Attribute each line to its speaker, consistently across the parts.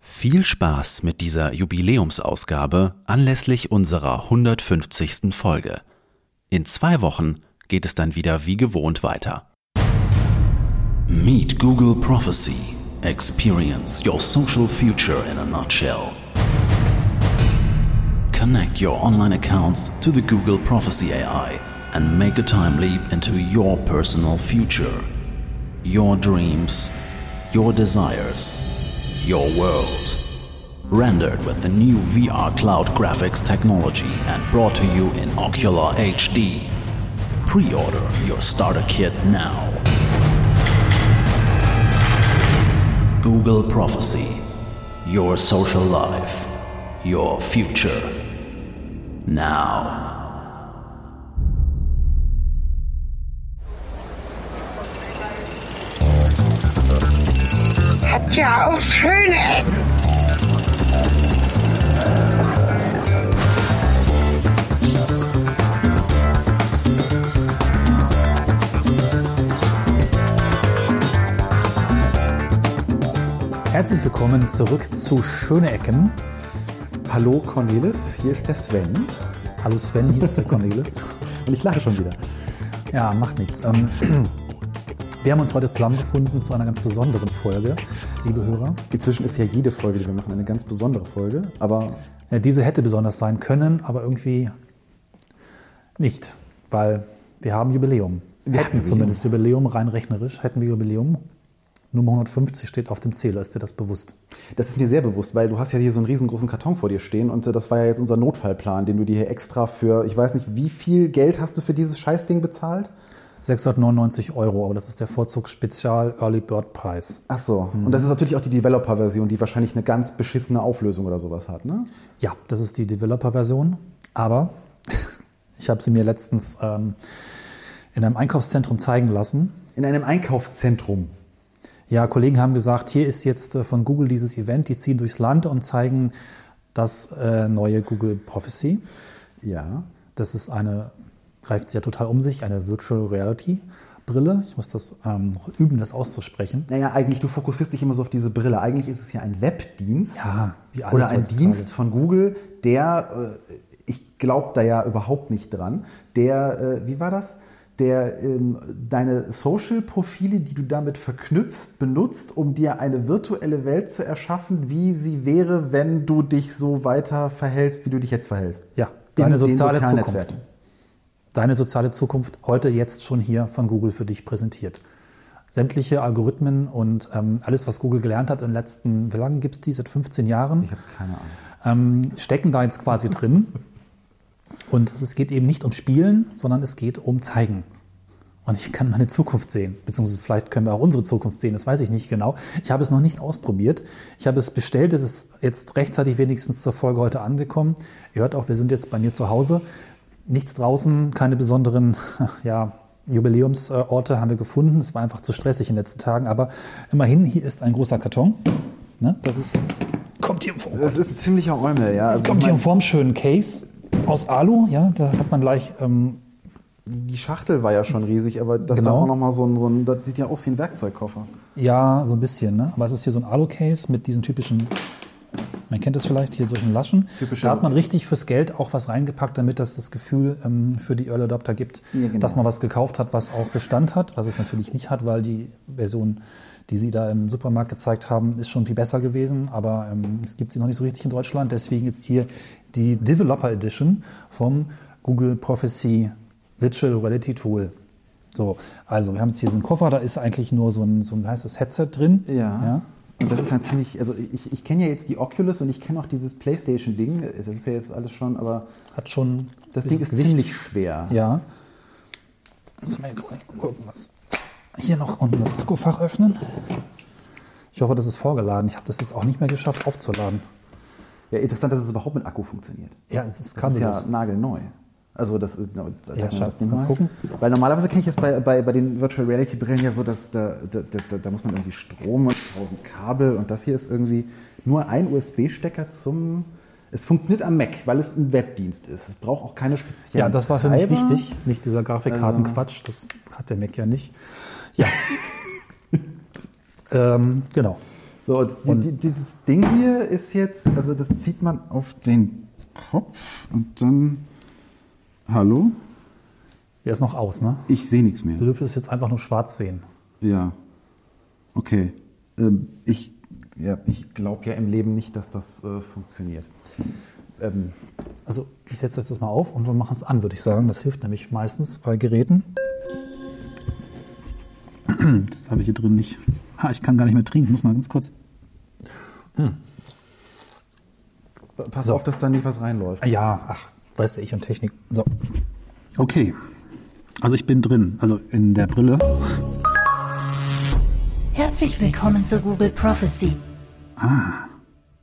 Speaker 1: Viel Spaß mit dieser Jubiläumsausgabe anlässlich unserer 150. Folge. In zwei Wochen geht es dann wieder wie gewohnt weiter. Meet Google Prophecy. Experience your social future in a nutshell. Connect your online accounts to the Google Prophecy AI and make a time leap into your personal future. Your dreams, your desires, your world. Rendered with the new VR cloud graphics technology and brought to you in Ocular HD. Pre order your starter kit now. Google Prophecy. Your social life. Your future. Now.
Speaker 2: hat ja auch schöne Ecken.
Speaker 3: Herzlich willkommen zurück zu Schöne Ecken.
Speaker 4: Hallo Cornelis, hier ist der Sven.
Speaker 3: Hallo Sven, hier ist der Cornelis.
Speaker 4: Und ich lache schon wieder.
Speaker 3: Ja, macht nichts. Ähm, wir haben uns heute zusammengefunden zu einer ganz besonderen Folge, liebe Hörer.
Speaker 4: Inzwischen ist ja jede Folge, die wir machen, eine ganz besondere Folge. Aber
Speaker 3: Äh, diese hätte besonders sein können, aber irgendwie nicht, weil wir haben Jubiläum. Wir hätten
Speaker 4: haben
Speaker 3: zumindest Jubiläum, rein rechnerisch hätten wir Jubiläum. Nummer 150 steht auf dem Zähler, ist dir das bewusst?
Speaker 4: das ist mir sehr bewusst, weil du hast ja hier so einen riesengroßen Karton vor dir stehen und äh, das war ja jetzt unser Notfallplan, den du dir hier extra für, ich weiß nicht, wie viel Geld hast du für dieses Scheißding bezahlt?
Speaker 3: 699 Euro, aber das ist der Vorzugsspezial Early Bird Preis.
Speaker 4: Ach so. Und das ist natürlich auch die Developer-Version, die wahrscheinlich eine ganz beschissene Auflösung oder sowas hat, ne?
Speaker 3: Ja, das ist die Developer-Version, aber ich habe sie mir letztens ähm, in einem Einkaufszentrum zeigen lassen.
Speaker 4: In einem Einkaufszentrum.
Speaker 3: Ja, Kollegen haben gesagt, hier ist jetzt äh, von Google dieses Event, die ziehen durchs Land und zeigen das äh, neue Google Prophecy.
Speaker 4: Ja.
Speaker 3: Das ist eine, greift sich ja total um sich, eine Virtual Reality Brille. Ich muss das ähm, noch üben, das auszusprechen.
Speaker 4: Naja, eigentlich, du fokussierst dich immer so auf diese Brille. Eigentlich ist es ja ein Webdienst.
Speaker 3: Ja, wie alles
Speaker 4: Oder ein
Speaker 3: heutzutage.
Speaker 4: Dienst von Google, der, äh, ich glaube da ja überhaupt nicht dran, der, äh, wie war das? Der ähm, deine Social-Profile, die du damit verknüpfst, benutzt, um dir eine virtuelle Welt zu erschaffen, wie sie wäre, wenn du dich so weiter verhältst, wie du dich jetzt verhältst.
Speaker 3: Ja,
Speaker 4: In
Speaker 3: deine
Speaker 4: den
Speaker 3: soziale
Speaker 4: sozialen
Speaker 3: Zukunft.
Speaker 4: Netzwerken.
Speaker 3: Deine soziale Zukunft heute jetzt schon hier von Google für dich präsentiert. Sämtliche Algorithmen und ähm, alles, was Google gelernt hat in den letzten, wie lange gibt es die? Seit 15 Jahren?
Speaker 4: Ich habe keine Ahnung.
Speaker 3: ähm, stecken da jetzt quasi drin. Und es geht eben nicht um Spielen, sondern es geht um Zeigen. Und ich kann meine Zukunft sehen. Beziehungsweise vielleicht können wir auch unsere Zukunft sehen, das weiß ich nicht genau. Ich habe es noch nicht ausprobiert. Ich habe es bestellt, es ist jetzt rechtzeitig wenigstens zur Folge heute angekommen. Ihr hört auch, wir sind jetzt bei mir zu Hause. Nichts draußen, keine besonderen ja, Jubiläumsorte haben wir gefunden. Es war einfach zu stressig in den letzten Tagen. Aber immerhin, hier ist ein großer Karton. Ne? Das ist, kommt hier vor.
Speaker 4: Das ist ein ziemlicher Eumel, ja. Also
Speaker 3: Es kommt
Speaker 4: ich
Speaker 3: hier
Speaker 4: mein,
Speaker 3: in Form schönen Case aus Alu, ja, da hat man gleich, ähm,
Speaker 4: die Schachtel war ja schon riesig, aber das
Speaker 3: Genau.
Speaker 4: da auch nochmal so ein, so ein, das sieht ja aus wie ein Werkzeugkoffer.
Speaker 3: ja, so ein bisschen, ne? aber es ist hier so ein Alu-Case mit diesen typischen, man kennt das vielleicht, hier solchen Laschen.
Speaker 4: Typische-
Speaker 3: da hat man richtig fürs Geld auch was reingepackt, damit das das Gefühl ähm, für die Early Adopter gibt,
Speaker 4: Ja, genau.
Speaker 3: dass man was gekauft hat, was auch Bestand hat, was es natürlich nicht hat, weil die Version, die sie da im Supermarkt gezeigt haben, ist schon viel besser gewesen, aber ähm, es gibt sie noch nicht so richtig in Deutschland, deswegen jetzt hier die Developer Edition vom Google Prophecy Virtual Reality Tool. So, also wir haben jetzt hier so einen Koffer, da ist eigentlich nur so ein, so ein heißes Headset drin.
Speaker 4: Ja. Und das ist halt ziemlich, also ich, ich kenne ja jetzt die Oculus und ich kenne auch dieses Playstation-Ding, das ist ja jetzt alles schon, aber
Speaker 3: Hat schon
Speaker 4: das Ding
Speaker 3: dieses
Speaker 4: ist
Speaker 3: Gewicht.
Speaker 4: ziemlich schwer.
Speaker 3: Ja. Muss mal gucken, was. Hier noch unten das Akkufach öffnen. Ich hoffe, das ist vorgeladen. Ich habe das jetzt auch nicht mehr geschafft aufzuladen.
Speaker 4: Ja, interessant, dass es überhaupt mit Akku funktioniert.
Speaker 3: Ja, es ist
Speaker 4: Das ist ja
Speaker 3: kabellos.
Speaker 4: nagelneu. Also das ist, na, zeig
Speaker 3: Ja,
Speaker 4: mir
Speaker 3: schau,
Speaker 4: das Ding
Speaker 3: kannst
Speaker 4: mal.
Speaker 3: gucken.
Speaker 4: Weil normalerweise kenne ich das bei, bei, bei den Virtual Reality Brillen ja so, dass da, da, da, da, da muss man irgendwie Strom und 1000 Kabel und das hier ist irgendwie nur ein USB-Stecker zum... Es funktioniert am Mac, weil es ein Webdienst ist. Es braucht auch keine speziellen
Speaker 3: Ja, das war für mich
Speaker 4: Treiber.
Speaker 3: wichtig. Nicht dieser Grafikkartenquatsch, das hat der Mac ja nicht. Ja. ähm, genau.
Speaker 4: So, die, die, dieses Ding hier ist jetzt, also das zieht man auf den Kopf und dann. Hallo?
Speaker 3: Der ist noch aus, ne?
Speaker 4: Ich sehe nichts
Speaker 3: Du
Speaker 4: mehr.
Speaker 3: dürftest jetzt einfach nur schwarz sehen.
Speaker 4: Ja. Okay. Ähm, ich ja, ich glaube ja im Leben nicht, dass das äh, funktioniert. Ähm,
Speaker 3: Also ich setze das jetzt mal auf und wir machen es an, würde ich sagen. Das hilft nämlich meistens bei Geräten. Das habe ich hier drin nicht. Ha, ich kann gar nicht mehr trinken, muss mal ganz kurz.
Speaker 4: pass auf, dass da nicht was reinläuft.
Speaker 3: Ah Ja, ach, weißt du, ich und Technik. So. Okay. Also ich bin drin, also in der Brille.
Speaker 5: Herzlich willkommen zur Google Prophecy.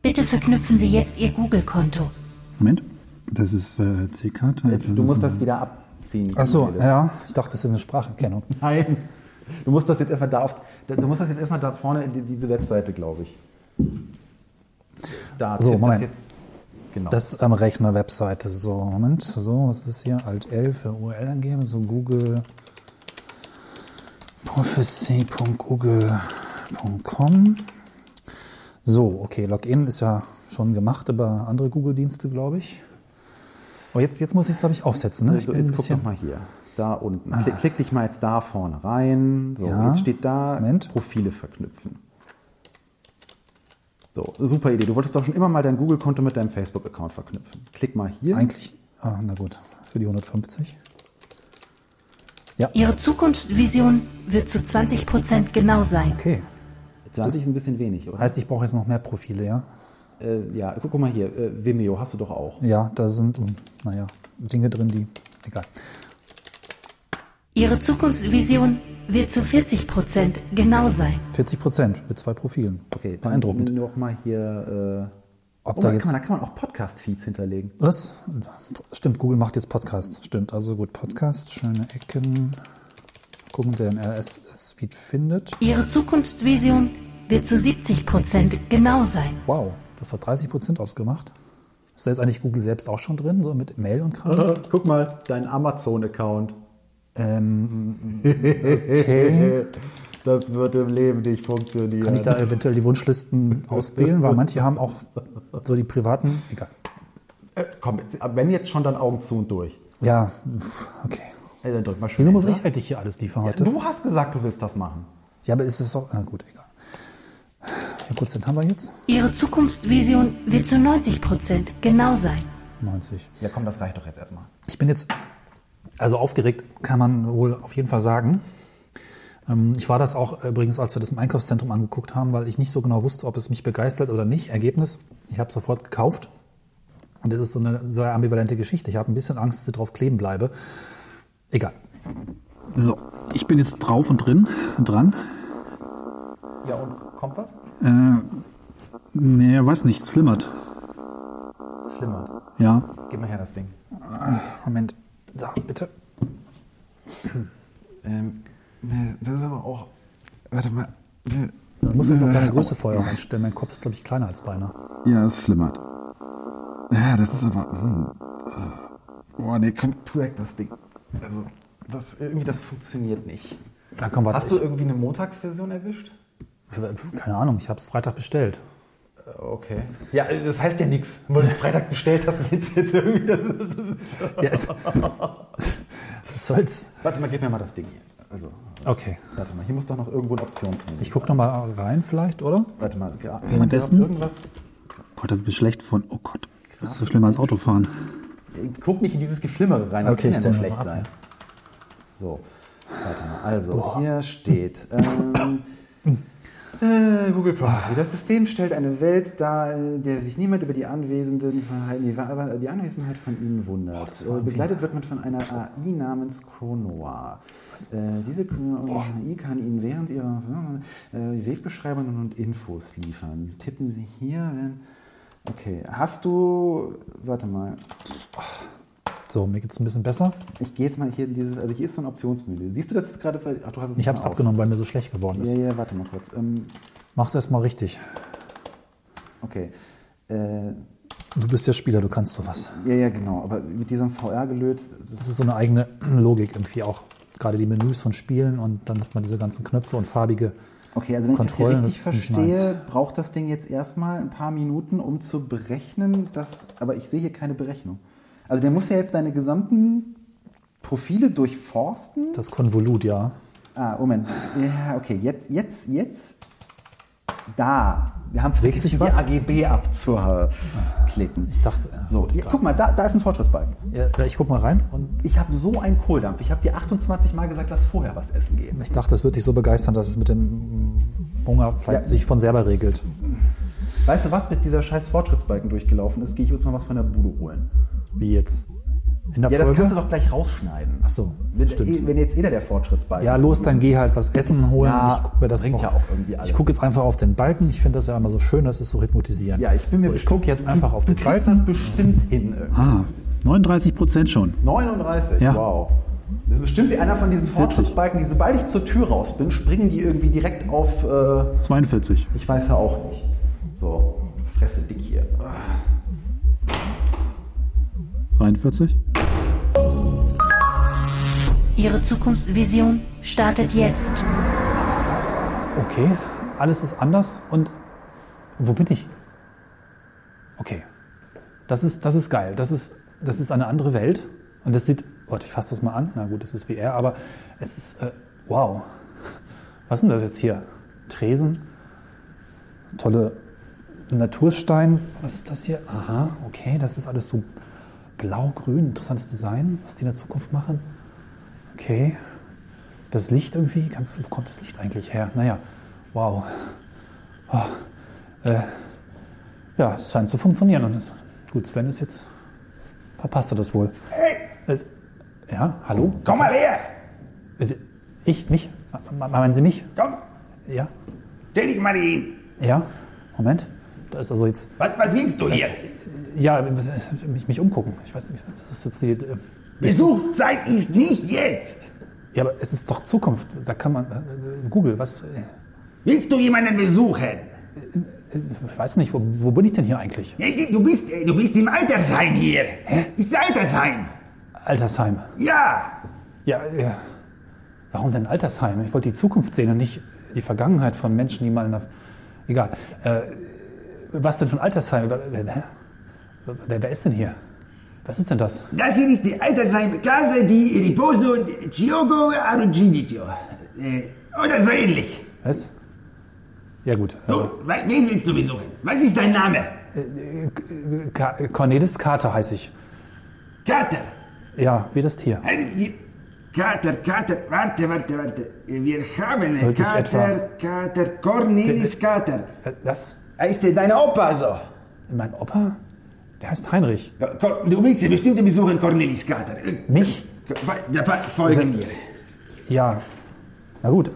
Speaker 5: Bitte verknüpfen Sie jetzt Ihr Google-Konto.
Speaker 6: Moment, das ist äh, C-Karte.
Speaker 4: Du
Speaker 3: Also-
Speaker 4: musst das wieder abziehen.
Speaker 3: Ach so,
Speaker 4: Cornelis.
Speaker 3: ja. Ich dachte, das ist eine Spracherkennung.
Speaker 4: Nein. Du musst das jetzt erstmal da auf. Du musst das jetzt erstmal da vorne in die, diese Webseite, glaube ich. Da
Speaker 3: So,
Speaker 4: tipp
Speaker 3: Moment.
Speaker 4: Das jetzt. Genau.
Speaker 3: Das am Rechner Webseite. So, Moment. So, was ist hier? Alt L für URL angeben. So, Google prophecy.google.com. So, okay, Login ist ja schon gemacht über andere Google-Dienste, glaube ich. Aber jetzt, jetzt muss ich, glaube ich, aufsetzen. Ne? Ich
Speaker 4: so,
Speaker 3: bin
Speaker 4: Also, jetzt
Speaker 3: ein
Speaker 4: guck
Speaker 3: bisschen- Ah.
Speaker 4: doch mal hier. Da unten. Klick, klick dich mal jetzt da vorne rein. So,
Speaker 3: Ja.
Speaker 4: jetzt steht da
Speaker 3: Moment.
Speaker 4: Profile verknüpfen. So, super Idee. Du wolltest doch schon immer mal dein Google-Konto mit deinem Facebook-Account verknüpfen. Klick mal hier.
Speaker 3: Eigentlich, ah, na gut, für die 150. Ja,
Speaker 5: Ihre Zukunftsvision wird zu 20% genau sein.
Speaker 3: okay.
Speaker 4: 20 ist ein bisschen wenig, oder?
Speaker 3: Heißt, ich brauche jetzt noch mehr Profile, ja?
Speaker 4: äh, ja, guck mal hier. Äh, Vimeo hast du doch auch.
Speaker 3: Ja, da sind, hm, naja, Dinge drin, die, egal.
Speaker 5: Ihre Zukunftsvision wird zu 40% genau sein.
Speaker 3: 40 Prozent mit zwei Profilen.
Speaker 4: Okay, dann
Speaker 3: beeindruckend.
Speaker 4: noch mal hier. Äh,
Speaker 3: Ob
Speaker 4: oh,
Speaker 3: da
Speaker 4: da,
Speaker 3: jetzt-
Speaker 4: kann man, da kann man auch Podcast-Feeds hinterlegen.
Speaker 3: Was? Stimmt, Google macht jetzt Podcast. Stimmt, also gut, Podcast, schöne Ecken. Gucken, der einen RSS-Feed findet.
Speaker 5: Ihre Zukunftsvision wird zu 70% genau sein.
Speaker 3: Wow, das hat 30 Prozent ausgemacht. Ist da jetzt eigentlich Google selbst auch schon drin, so mit Mail und Kram?
Speaker 4: Guck mal, dein Amazon-Account.
Speaker 3: Ähm, okay.
Speaker 4: Das wird im Leben nicht funktionieren.
Speaker 3: Kann ich da eventuell die Wunschlisten auswählen? Weil manche haben auch so die privaten. Egal.
Speaker 4: Äh, komm, jetzt- wenn jetzt schon, dann Augen zu und durch.
Speaker 3: Ja, pf, okay.
Speaker 4: Ey, dann drück mal schön.
Speaker 3: Wieso muss ich
Speaker 4: Enter.
Speaker 3: eigentlich hier alles liefern heute?
Speaker 4: Du hast gesagt, du willst das machen.
Speaker 3: Ja, aber ist es auch. Na gut, egal. Wie kurz den haben wir jetzt?
Speaker 5: Ihre Zukunftsvision wird zu 90% genau sein.
Speaker 3: 90.
Speaker 4: Ja, komm, das reicht doch jetzt erstmal.
Speaker 3: Ich bin jetzt, also aufgeregt kann man wohl auf jeden Fall sagen. Ähm, Ich war das auch übrigens, als wir das im Einkaufszentrum angeguckt haben, weil ich nicht so genau wusste, ob es mich begeistert oder nicht. Ergebnis, ich habe sofort gekauft. Und das ist so eine sehr ambivalente Geschichte. Ich habe ein bisschen Angst, dass ich drauf kleben bleibe. Egal.
Speaker 6: So, ich bin jetzt drauf und drin, dran.
Speaker 4: Ja, und kommt was?
Speaker 3: Äh,
Speaker 6: Naja, weiß nicht, es flimmert.
Speaker 4: Es flimmert.
Speaker 6: Ja,
Speaker 4: Gib mal her das Ding.
Speaker 3: Moment. Da, bitte.
Speaker 4: Ähm, das ist aber auch. Warte mal.
Speaker 3: Du musst jetzt auf
Speaker 6: Äh,
Speaker 3: deine
Speaker 6: oh.
Speaker 3: Größe vorher einstellen. Mein Kopf ist, glaube ich, kleiner als deiner.
Speaker 7: Ja, es flimmert. Ja, das ist aber. Hm.
Speaker 4: Boah, nee, komm, tu weg das Ding. Also, das, irgendwie, das funktioniert nicht.
Speaker 3: Na komm, warte.
Speaker 4: Hast du irgendwie eine Montagsversion erwischt?
Speaker 3: ich, keine Ahnung, ich habe es Freitag bestellt.
Speaker 4: Äh, Okay. Ja, äh, das heißt ja nichts. Weil du es Freitag bestellt hast, geht's jetzt irgendwie. Das ist,
Speaker 3: Ja, es- was soll's?
Speaker 4: Warte mal, gib mir mal das Ding hier. Also,
Speaker 3: Okay.
Speaker 4: warte mal, hier muss doch noch irgendwo ein Optionsmenü
Speaker 3: Ich guck noch mal rein vielleicht, oder?
Speaker 4: Warte mal, ist gerade
Speaker 6: Währenddessen?
Speaker 4: irgendwas.
Speaker 6: Oh Gott, da wird mir schlecht von. Oh Gott, das ist so schlimm als Autofahren.
Speaker 4: Jetzt guck nicht in dieses Geflimmere rein, das kann
Speaker 3: Okay, ich
Speaker 4: ja
Speaker 3: zähl
Speaker 4: nicht
Speaker 3: mal
Speaker 4: schlecht
Speaker 3: ab,
Speaker 4: sein. So, warte mal. Also, hier steht. Ähm, äh, Google Prophecy. Das System stellt eine Welt dar, in der sich niemand über die, Anwesenden, die, die Anwesenheit von ihnen wundert. äh, begleitet wird man von einer AI namens Chronoa. Äh, diese AI kann Ihnen während Ihrer äh, Wegbeschreibungen und Infos liefern. Tippen Sie hier, wenn. Okay, hast du. Warte mal.
Speaker 3: So, mir geht's ein bisschen besser.
Speaker 4: Ich gehe jetzt mal hier in dieses, also hier ist so ein Optionsmenü. Siehst du das jetzt gerade? ver- Ach, du hast es
Speaker 3: Ich habe es abgenommen, weil mir so schlecht geworden
Speaker 4: Ja,
Speaker 3: ist.
Speaker 4: ja, warte mal kurz. Ähm,
Speaker 3: Mach's erstmal richtig.
Speaker 4: okay. Äh,
Speaker 3: Du bist ja Spieler, du kannst sowas.
Speaker 4: ja, ja, genau. Aber mit diesem VR gelöt, das
Speaker 3: Das ist so eine eigene Logik irgendwie auch. Gerade die Menüs von Spielen und dann hat man diese ganzen Knöpfe und farbige
Speaker 4: Okay, also wenn
Speaker 3: Kontrollen,
Speaker 4: ich das
Speaker 3: das
Speaker 4: hier
Speaker 3: ist
Speaker 4: richtig
Speaker 3: nicht
Speaker 4: verstehe, braucht das Ding jetzt erstmal ein paar Minuten, um zu berechnen, dass, aber ich sehe hier keine Berechnung. Also der muss ja jetzt deine gesamten Profile durchforsten.
Speaker 3: Das Konvolut, ja.
Speaker 4: Ah, Moment. Ja, okay, jetzt, jetzt, jetzt. Da. Wir haben
Speaker 3: Regt sich
Speaker 4: vergessen,
Speaker 3: was?
Speaker 4: hier AGB abzuklicken.
Speaker 3: Ich dachte, ja.
Speaker 4: So, ja, guck mal, da, da ist ein Fortschrittsbalken.
Speaker 3: ja. Ich guck mal rein und
Speaker 4: Ich habe so einen Kohldampf. Ich habe dir 28 Mal gesagt, lass vorher was essen gehen.
Speaker 3: ich dachte, das wird dich so begeistern, dass es mit dem mm, Hunger vielleicht
Speaker 4: Ja.
Speaker 3: sich von selber regelt.
Speaker 4: Weißt du was, bis dieser scheiß Fortschrittsbalken durchgelaufen ist, gehe ich uns mal was von der Bude holen.
Speaker 3: Wie jetzt? In der
Speaker 4: Ja, das
Speaker 3: Folge?
Speaker 4: kannst du doch gleich rausschneiden.
Speaker 3: Ach so,
Speaker 4: wenn,
Speaker 3: stimmt.
Speaker 4: eh- wenn jetzt jeder der Fortschrittsbalken.
Speaker 3: Ja, los, dann geh halt was essen holen.
Speaker 4: Ja,
Speaker 3: und ich guck mir das
Speaker 4: bringt
Speaker 3: noch.
Speaker 4: ja auch irgendwie alles
Speaker 3: Ich gucke jetzt einfach auf den Balken. Ich finde das ja immer so schön, das ist so hypnotisierend.
Speaker 4: Ja, ich bin mir
Speaker 3: so, ich gucke jetzt einfach auf
Speaker 4: du
Speaker 3: den
Speaker 4: kriegst
Speaker 3: Balken.
Speaker 4: das bestimmt hin. irgendwie.
Speaker 6: Ah, 39 Prozent schon.
Speaker 4: 39,
Speaker 6: Ja.
Speaker 4: wow. Das ist bestimmt wie einer von diesen Fortschrittsbalken, die sobald ich zur Tür raus bin, springen die irgendwie direkt auf, äh,
Speaker 6: 42.
Speaker 4: ich weiß ja auch nicht. So, Fresse dick hier.
Speaker 6: 43.
Speaker 5: Ihre Zukunftsvision startet jetzt.
Speaker 3: Okay, alles ist anders und wo bin ich? Okay, das ist, das ist geil. Das ist, das ist eine andere Welt und das sieht, Gott, ich fasse das mal an. Na gut, das ist VR, aber es ist, äh, wow. Was sind das jetzt hier? Tresen, tolle Naturstein. Was ist das hier? Aha, okay, das ist alles so blau-grün, interessantes Design, was die in der Zukunft machen. Okay, das Licht irgendwie, kannst, wo kommt das Licht eigentlich her? Naja, wow. Oh, äh, ja, es scheint zu funktionieren. Und gut, Sven ist jetzt. Verpasst er das wohl? Hey! Äh, ja, hallo?
Speaker 2: Komm mal her!
Speaker 3: Äh, Ich, mich? Me- Meinen Sie mich?
Speaker 2: Komm,
Speaker 3: Ja?
Speaker 2: stell dich mal hin!
Speaker 3: Ja? Moment. Da ist also jetzt.
Speaker 2: Was, was willst du hier?
Speaker 3: Ja, äh, mich, mich umgucken. Ich weiß nicht, das ist jetzt die. äh,
Speaker 2: Besuchszeit ist nicht jetzt!
Speaker 3: Ja, aber es ist doch Zukunft. Da kann man. äh, äh, Google, was. äh,
Speaker 2: Willst du jemanden besuchen?
Speaker 3: Ich weiß nicht, wo, wo bin ich denn hier eigentlich?
Speaker 2: Nee, Du bist, äh, du bist im Altersheim hier! Hä? Ist Altersheim!
Speaker 3: Altersheim.
Speaker 2: Ja!
Speaker 3: Ja, ja. Warum denn Altersheim? Ich wollte die Zukunft sehen und nicht die Vergangenheit von Menschen, die mal in der. Egal. Äh, was denn von Altersheim? Wer, wer, wer, wer ist denn hier? Was ist denn das?
Speaker 2: Das hier ist die Altersheim-Casa di Riposo Chiogo Arugidito. Äh, Oder so ähnlich.
Speaker 3: Was? Ja, gut.
Speaker 2: Du, we- wen willst du besuchen? Was ist dein Name?
Speaker 3: Äh, Ka- Cornelis Kater heiße ich.
Speaker 2: Kater!
Speaker 3: Ja, wie das Tier.
Speaker 2: Äh, wir- Kater, Kater, warte, warte, warte. Wir haben äh,
Speaker 3: Sollte ich
Speaker 2: Kater, Kater, Cornelis Kater.
Speaker 3: Äh, Was?
Speaker 2: Heißt der dein Opa so?
Speaker 3: Mein Opa? Der heißt Heinrich.
Speaker 2: Ja, Cor- Du willst ja bestimmt besuchen, Cornelis Kater. Äh,
Speaker 3: Mich?
Speaker 2: we- da- pa- Folgen wir.
Speaker 3: Ja. Na gut.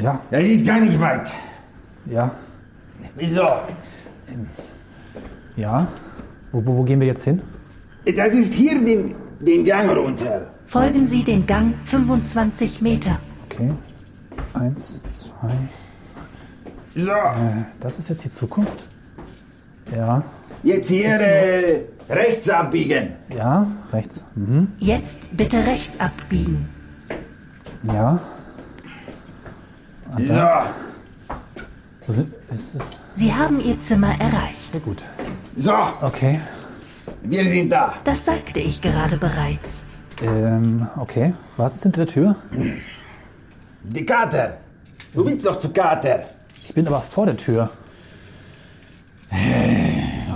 Speaker 3: Ja,
Speaker 2: Das ist gar nicht weit.
Speaker 3: ja,
Speaker 2: Wieso?
Speaker 3: ja. Wo, wo, wo gehen wir jetzt hin?
Speaker 2: Das ist hier den, den Gang runter.
Speaker 5: Folgen Sie den Gang 25 Meter.
Speaker 3: Okay. Eins, zwei, Äh,
Speaker 2: So,
Speaker 3: Das ist jetzt die Zukunft? Ja,
Speaker 2: jetzt hier äh, rechts abbiegen.
Speaker 3: ja, rechts. Hm,
Speaker 5: Jetzt bitte rechts abbiegen.
Speaker 3: Ja,
Speaker 2: So,
Speaker 3: wo sind. Ist es?
Speaker 5: Sie haben Ihr Zimmer erreicht.
Speaker 3: Gut.
Speaker 2: so,
Speaker 3: Okay.
Speaker 2: wir sind da.
Speaker 5: Das sagte ich gerade bereits.
Speaker 3: Ähm, okay. Was ist hinter der Tür?
Speaker 2: Die Kater. Du willst doch zu Kater.
Speaker 3: Ich bin aber vor der Tür.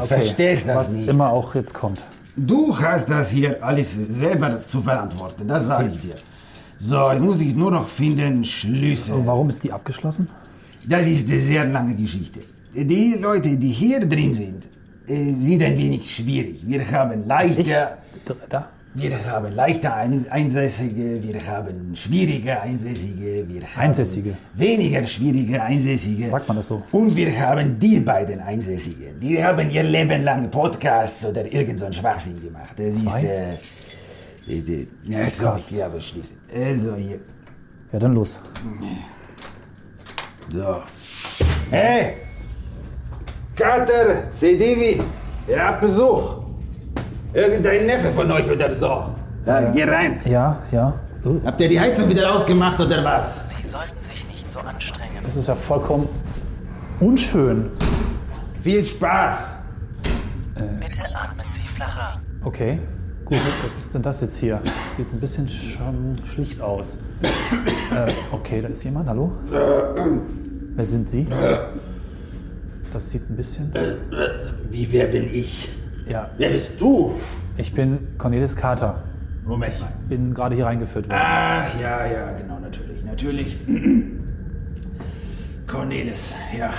Speaker 2: Verstehst das
Speaker 3: Was
Speaker 2: nicht?
Speaker 3: immer auch jetzt kommt.
Speaker 2: Du hast das hier alles selber zu verantworten, das sage ich dir. So, jetzt muss ich nur noch finden Schlüssel.
Speaker 3: Warum ist die abgeschlossen?
Speaker 2: Das ist eine sehr lange Geschichte. Die Leute, die hier drin sind, äh, sind ein wenig schwierig. Wir haben
Speaker 3: Ich?
Speaker 2: leichter,
Speaker 3: Da- Da?
Speaker 2: wir haben leichter Ein- Einsässige, wir haben schwierige Einsässige, wir haben
Speaker 3: Einsässige.
Speaker 2: weniger schwierige Einsässige.
Speaker 3: Sagt man das so?
Speaker 2: Und wir haben die beiden Einsässigen. Die haben ihr Leben lang Podcasts oder irgend so einen Schwachsinn gemacht. Das
Speaker 3: Zwei?
Speaker 2: ist, äh, das ist, ja, so, ich
Speaker 3: Podcasts.
Speaker 2: glaube, schließen. Also hier,
Speaker 3: Ja, dann los.
Speaker 2: so. Hey! Kater, Sedivi, ihr habt Besuch. Irgendein Neffe von euch oder so. Da, geh rein.
Speaker 3: Ja, ja. Uh,
Speaker 2: Habt ihr die Heizung wieder ausgemacht oder was?
Speaker 8: Sie sollten sich nicht so anstrengen.
Speaker 3: Das ist ja vollkommen unschön.
Speaker 2: Viel Spaß!
Speaker 8: Bitte atmen Sie flacher.
Speaker 3: Okay, gut. Was ist denn das jetzt hier? Sieht ein bisschen schon schlicht aus. äh, okay, da ist jemand. Hallo? Wer sind Sie? Das sieht ein bisschen.
Speaker 2: Wie, wer bin ich?
Speaker 3: Ja,
Speaker 2: Wer bist du?
Speaker 3: ich bin Cornelis Carter.
Speaker 2: Moment mal.
Speaker 3: Bin gerade hier reingeführt worden.
Speaker 2: Ach ja, ja, genau, natürlich, natürlich. Cornelis, ja.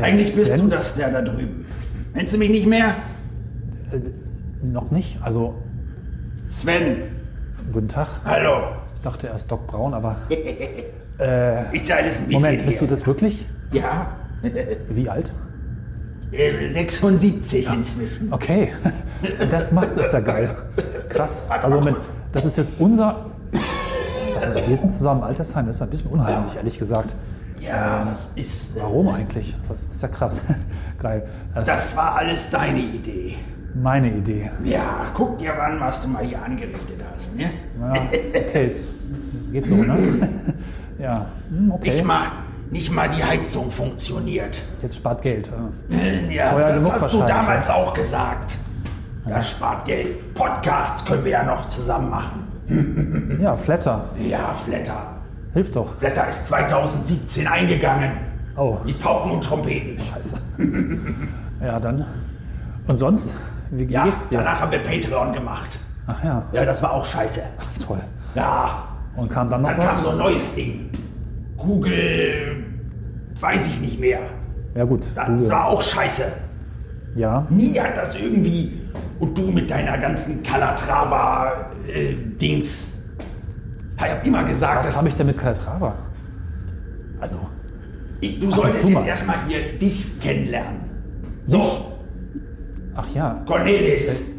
Speaker 2: Eigentlich bist
Speaker 3: Äh, Sven?
Speaker 2: du das der da drüben. Nennst du mich nicht mehr?
Speaker 3: Noch nicht? Also,
Speaker 2: Sven,
Speaker 3: guten Tag.
Speaker 2: hallo.
Speaker 3: Ich dachte erst Doc Braun, aber.
Speaker 2: Ist ja alles ein bisschen
Speaker 3: Moment, bist du
Speaker 2: her.
Speaker 3: das wirklich?
Speaker 2: Ja,
Speaker 3: Wie alt?
Speaker 2: äh, 76 inzwischen.
Speaker 3: Okay, das macht das ja geil. Krass.
Speaker 2: Warte
Speaker 3: Also
Speaker 2: mal
Speaker 3: Moment,
Speaker 2: kurz.
Speaker 3: das ist jetzt unser. Also wir sind zusammen im Altersheim, das ist ein bisschen unheimlich, ehrlich gesagt.
Speaker 2: Ja, das ist... äh,
Speaker 3: Warum eigentlich? Das ist ja krass. Geil. Das ist
Speaker 2: Das war alles deine Idee.
Speaker 3: meine Idee.
Speaker 2: Ja, guck dir mal an, was du mal hier angerichtet hast, ne?
Speaker 3: Ja, okay, es geht so, ne? Ja, hm, okay.
Speaker 2: Nicht mal, nicht mal die Heizung funktioniert.
Speaker 3: Jetzt spart Geld. ja.
Speaker 2: Ja,
Speaker 3: Teuer
Speaker 2: das
Speaker 3: genug
Speaker 2: hast du
Speaker 3: wahrscheinlich,
Speaker 2: damals auch gesagt. Das spart Geld. Podcasts können wir ja noch zusammen machen.
Speaker 3: Ja, Flatter.
Speaker 2: Ja, Flatter.
Speaker 3: Hilft doch.
Speaker 2: Flatter ist 2017 eingegangen.
Speaker 3: Oh,
Speaker 2: Die Pauken und Trompeten.
Speaker 3: scheiße. Ja, dann. Und sonst? Wie
Speaker 2: Ja,
Speaker 3: geht's dir?
Speaker 2: danach haben wir Patreon gemacht.
Speaker 3: Ach ja,
Speaker 2: Ja, das war auch scheiße.
Speaker 3: toll.
Speaker 2: Ja,
Speaker 3: Und kam dann noch
Speaker 2: dann
Speaker 3: was?
Speaker 2: kam so ein neues Ding. Google, weiß ich nicht mehr.
Speaker 3: Ja gut,
Speaker 2: Das
Speaker 3: Google.
Speaker 2: war auch scheiße.
Speaker 3: Ja,
Speaker 2: Nie hat das irgendwie... Und du mit deiner ganzen Calatrava-Dings. ich habe immer gesagt,
Speaker 3: was
Speaker 2: dass
Speaker 3: habe ich denn mit Calatrava? Also,
Speaker 2: Ich, du solltest
Speaker 3: zu
Speaker 2: jetzt
Speaker 3: mal.
Speaker 2: erstmal hier dich kennenlernen. So,
Speaker 3: ach ja,
Speaker 2: Cornelis,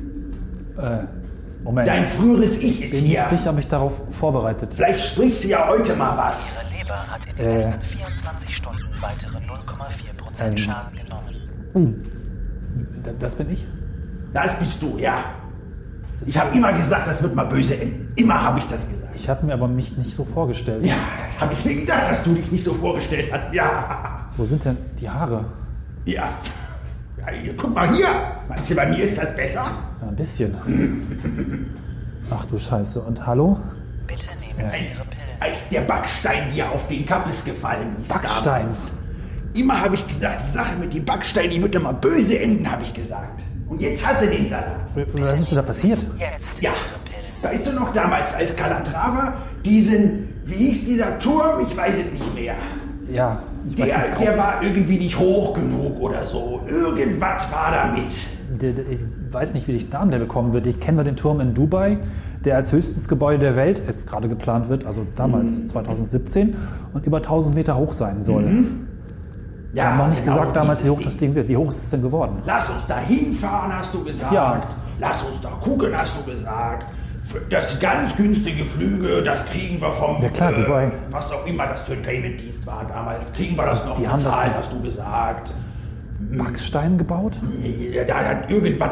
Speaker 3: Moment.
Speaker 2: dein früheres Ich ist
Speaker 3: Äh. bin nicht
Speaker 2: hier.
Speaker 3: sicher, ob ich darauf vorbereitet
Speaker 2: Vielleicht sprichst du ja heute mal was.
Speaker 8: Ihre Leber hat in den letzten 24 Stunden weitere 0,4% Schaden genommen.
Speaker 3: D- Das bin ich?
Speaker 2: Das bist du, ja. Ich habe immer gesagt, das wird mal böse enden. Immer habe ich das gesagt.
Speaker 3: Ich habe mir aber mich nicht so vorgestellt.
Speaker 2: Ja, das habe ich mir gedacht, dass du dich nicht so vorgestellt hast. Ja,
Speaker 3: Wo sind denn die Haare?
Speaker 2: ja. ja hier, guck mal hier. Meinst du, bei mir ist das besser?
Speaker 3: Ja, ein bisschen. Ach du Scheiße. Und hallo?
Speaker 8: Bitte nehmen Sie Ihre Pillen.
Speaker 2: Als der Backstein dir auf den Kappes gefallen ist.
Speaker 3: Backsteins.
Speaker 2: Immer habe ich gesagt, die Sache mit dem Backstein, die wird immer böse enden, habe ich gesagt. Und jetzt hasse den Salat.
Speaker 3: Was ist denn da passiert?
Speaker 8: Jetzt
Speaker 2: Ja,
Speaker 8: Ihre Pillen.
Speaker 2: weißt du noch damals als Calatrava diesen, wie hieß dieser Turm? Ich weiß es nicht mehr.
Speaker 3: Ja, ich weiß es
Speaker 2: Der, der
Speaker 3: kaum.
Speaker 2: war irgendwie nicht hoch genug oder so. Irgendwas war damit.
Speaker 3: Der, der, ich weiß nicht, wie ich Namen der bekommen wird. Ich kenne nur den Turm in Dubai, der als höchstes Gebäude der Welt jetzt gerade geplant wird, also damals 2017, und über 1000 Meter hoch sein soll.
Speaker 2: Ja,
Speaker 3: Wir haben noch nicht
Speaker 2: genau
Speaker 3: gesagt damals, wie
Speaker 2: dieses
Speaker 3: hoch das Ding wird. Wie hoch ist es denn geworden?
Speaker 2: Lass uns da hinfahren, hast du gesagt.
Speaker 3: Ja.
Speaker 2: Lass uns da gucken, hast du gesagt. Für Das ganz günstige Flüge, das kriegen wir vom, äh,
Speaker 3: Ja, klar, Dubai.
Speaker 2: was auch immer das für ein Payment-Dienst war damals, kriegen wir das noch
Speaker 3: Die haben das
Speaker 2: bezahlt,
Speaker 3: noch-
Speaker 2: hast du gesagt. Äh,
Speaker 3: Backstein gebaut?
Speaker 2: Ja, Da hat irgendwann.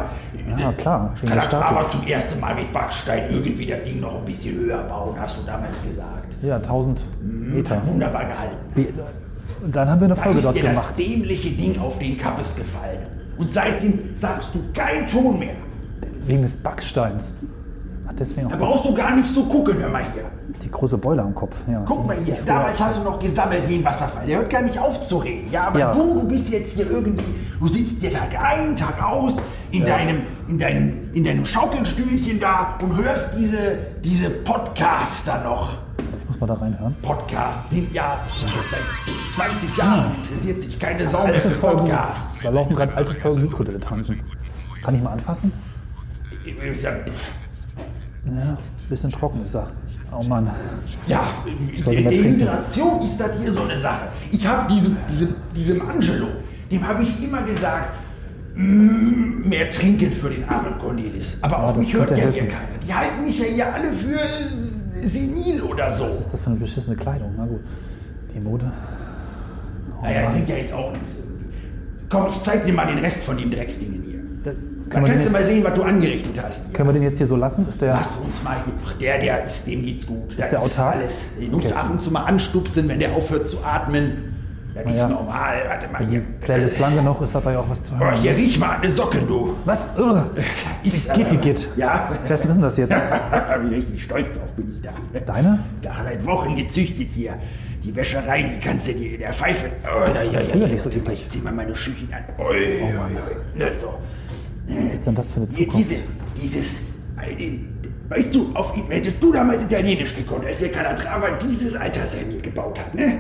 Speaker 3: Ja, klar, wegen der Statue.
Speaker 2: Aber zum ersten Mal mit Backstein irgendwie das Ding noch ein bisschen höher bauen, hast du damals gesagt.
Speaker 3: Ja, 1000 Meter.
Speaker 2: Wunderbar gehalten.
Speaker 3: Wie- Und dann haben wir eine
Speaker 2: Mhm. Da
Speaker 3: Folge
Speaker 2: ist
Speaker 3: dort
Speaker 2: dir das
Speaker 3: gemacht.
Speaker 2: dämliche Ding auf den Kappes gefallen. Und seitdem sagst du keinen Ton mehr.
Speaker 3: Wegen des Backsteins. Ach, deswegen
Speaker 2: Da
Speaker 3: auch
Speaker 2: brauchst du gar nicht so gucken, hör mal hier.
Speaker 3: das, die große Beule am Kopf. Ja,
Speaker 2: Guck mal hier, damals hast du noch gesammelt wie ein Wasserfall. Der hört gar nicht auf zu reden. Ja, aber
Speaker 3: Ja.
Speaker 2: du, du bist jetzt hier irgendwie, du sitzt dir Tag ein, Tag aus in deinem, in deinem, in deinem Schaukelstühlchen da und hörst diese, diese Podcaster noch.
Speaker 3: Ich muss mal da reinhören.
Speaker 2: Podcasts sind ja seit 20 Jahren interessiert sich keine Sau mehr für
Speaker 3: Folgen.
Speaker 2: Podcasts.
Speaker 3: Da laufen gerade alte Folgen Mikrodilettanten. Kann ich mal anfassen? Ja, bisschen trocken ist er. Oh Mann.
Speaker 2: Ja,
Speaker 3: sollte mal trinken.
Speaker 2: Dehydration ist das hier so eine Sache. Ich habe diesem, diesem, diesem Angelo, dem habe ich immer gesagt, "Mm, mehr trinken für den armen Cornelis. Aber auf
Speaker 3: das
Speaker 2: mich hört ja
Speaker 3: könnte
Speaker 2: hier
Speaker 3: helfen.
Speaker 2: keiner. Die halten mich ja hier alle für äh, senil oder so.
Speaker 3: Was ist das für eine beschissene Kleidung? Na gut. Die Mode.
Speaker 2: Naja, bringt Ah ja jetzt auch nichts. irgendwie. Komm, ich zeig dir mal den Rest von dem Drecksdingen hier.
Speaker 3: Da,
Speaker 2: Dann
Speaker 3: können, wir den
Speaker 2: kannst du mal
Speaker 3: jetzt,
Speaker 2: sehen, was du angerichtet hast.
Speaker 3: können wir den jetzt hier so lassen? Ist der.
Speaker 2: Lass uns mal hier. Ach, der, der ist, dem geht's gut. Ist
Speaker 3: der autark?
Speaker 2: Alles. Den musst du
Speaker 3: Okay.
Speaker 2: ab und zu mal anstupsen, wenn der aufhört zu atmen. Das ist
Speaker 3: Ja. Also
Speaker 2: normal. Warte mal hier.
Speaker 3: Playlist lang genug ist dabei auch was zu
Speaker 2: Oh,
Speaker 3: hören.
Speaker 2: hier riech mal an den Socken, du.
Speaker 3: Was? Irre. Ich Gitti Git.
Speaker 2: Äh, Ja.
Speaker 3: Wessen ist denn das jetzt?
Speaker 2: Wie richtig stolz drauf bin ich da.
Speaker 3: Deine?
Speaker 2: Da seit Wochen gezüchtet hier. Die Wäscherei, die kannst du dir in der Pfeife. Oh, ja, ja, ja.
Speaker 3: Früher nicht so
Speaker 2: Warte mal,
Speaker 3: eklig.
Speaker 2: Ich zieh mal meine Schüchen an. Oh, ja, ja, ja. Na, so.
Speaker 3: Was ist denn das für eine
Speaker 2: Hier,
Speaker 3: Zukunft?
Speaker 2: diese, dieses. äh, Weißt du, auf ihn hättest du damals Italienisch gekonnt, als der Calatrava dieses Altersheim hier gebaut hat, ne?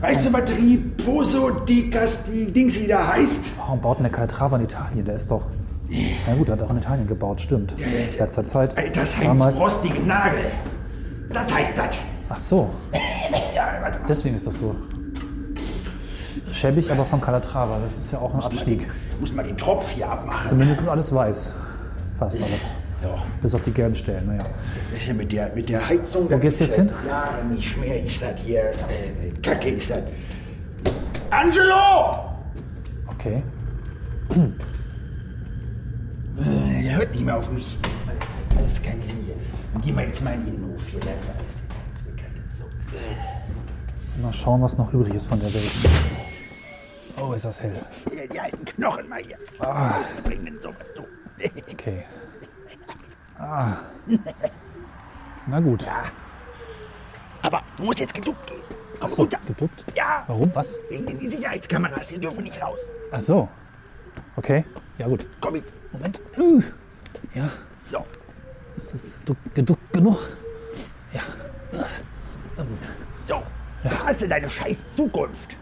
Speaker 2: Weißt du, was Riposo di Castil Dingsi da heißt?
Speaker 3: Warum baut denn der Calatrava in Italien? Der ist doch. Na gut, der hat auch in Italien gebaut, stimmt.
Speaker 2: ja, ja.
Speaker 3: Letzter Zeit.
Speaker 2: Altersheim
Speaker 3: Damals.
Speaker 2: rostigen Nagel. Das heißt das.
Speaker 3: Ach so,
Speaker 2: Ja, warte mal.
Speaker 3: deswegen ist das so. Schäbig, aber von Calatrava. Das ist ja auch ein Abstieg.
Speaker 2: Ich muss mal den Tropf hier abmachen.
Speaker 3: Zumindest ist alles weiß. Fast alles.
Speaker 2: Ja.
Speaker 3: Bis auf die gelben Stellen, naja.
Speaker 2: Das ist ja mit der, mit der Heizung. Wo
Speaker 3: geht's jetzt hin?
Speaker 2: Ja, nicht mehr ist das hier. äh, Kacke ist das. Angelo!
Speaker 3: Okay.
Speaker 2: Äh, Der hört nicht mehr auf mich. Alles, alles kein Sinn hier. Dann Geh mal jetzt mal in den Innenhof hier. Da ist alles ganz bekannt. So.
Speaker 3: Mal schauen, was noch übrig ist von der Welt. Oh, ist das hell.
Speaker 2: Hier, Die alten Knochen mal hier. Ah. Bring denn sowas, du.
Speaker 3: Okay. Ah. Na gut.
Speaker 2: Aber du musst jetzt geduckt gehen. Komm
Speaker 3: Achso,
Speaker 2: runter.
Speaker 3: geduckt.
Speaker 2: Ja.
Speaker 3: Warum? Was?
Speaker 2: Wegen den Sicherheitskameras. Die dürfen nicht raus.
Speaker 3: Ach so. Okay. Ja, gut.
Speaker 2: Komm mit.
Speaker 3: Moment. Uh. Ja,
Speaker 2: So.
Speaker 3: ist das du- geduckt genug?
Speaker 2: So. Da hast du deine scheiß Zukunft.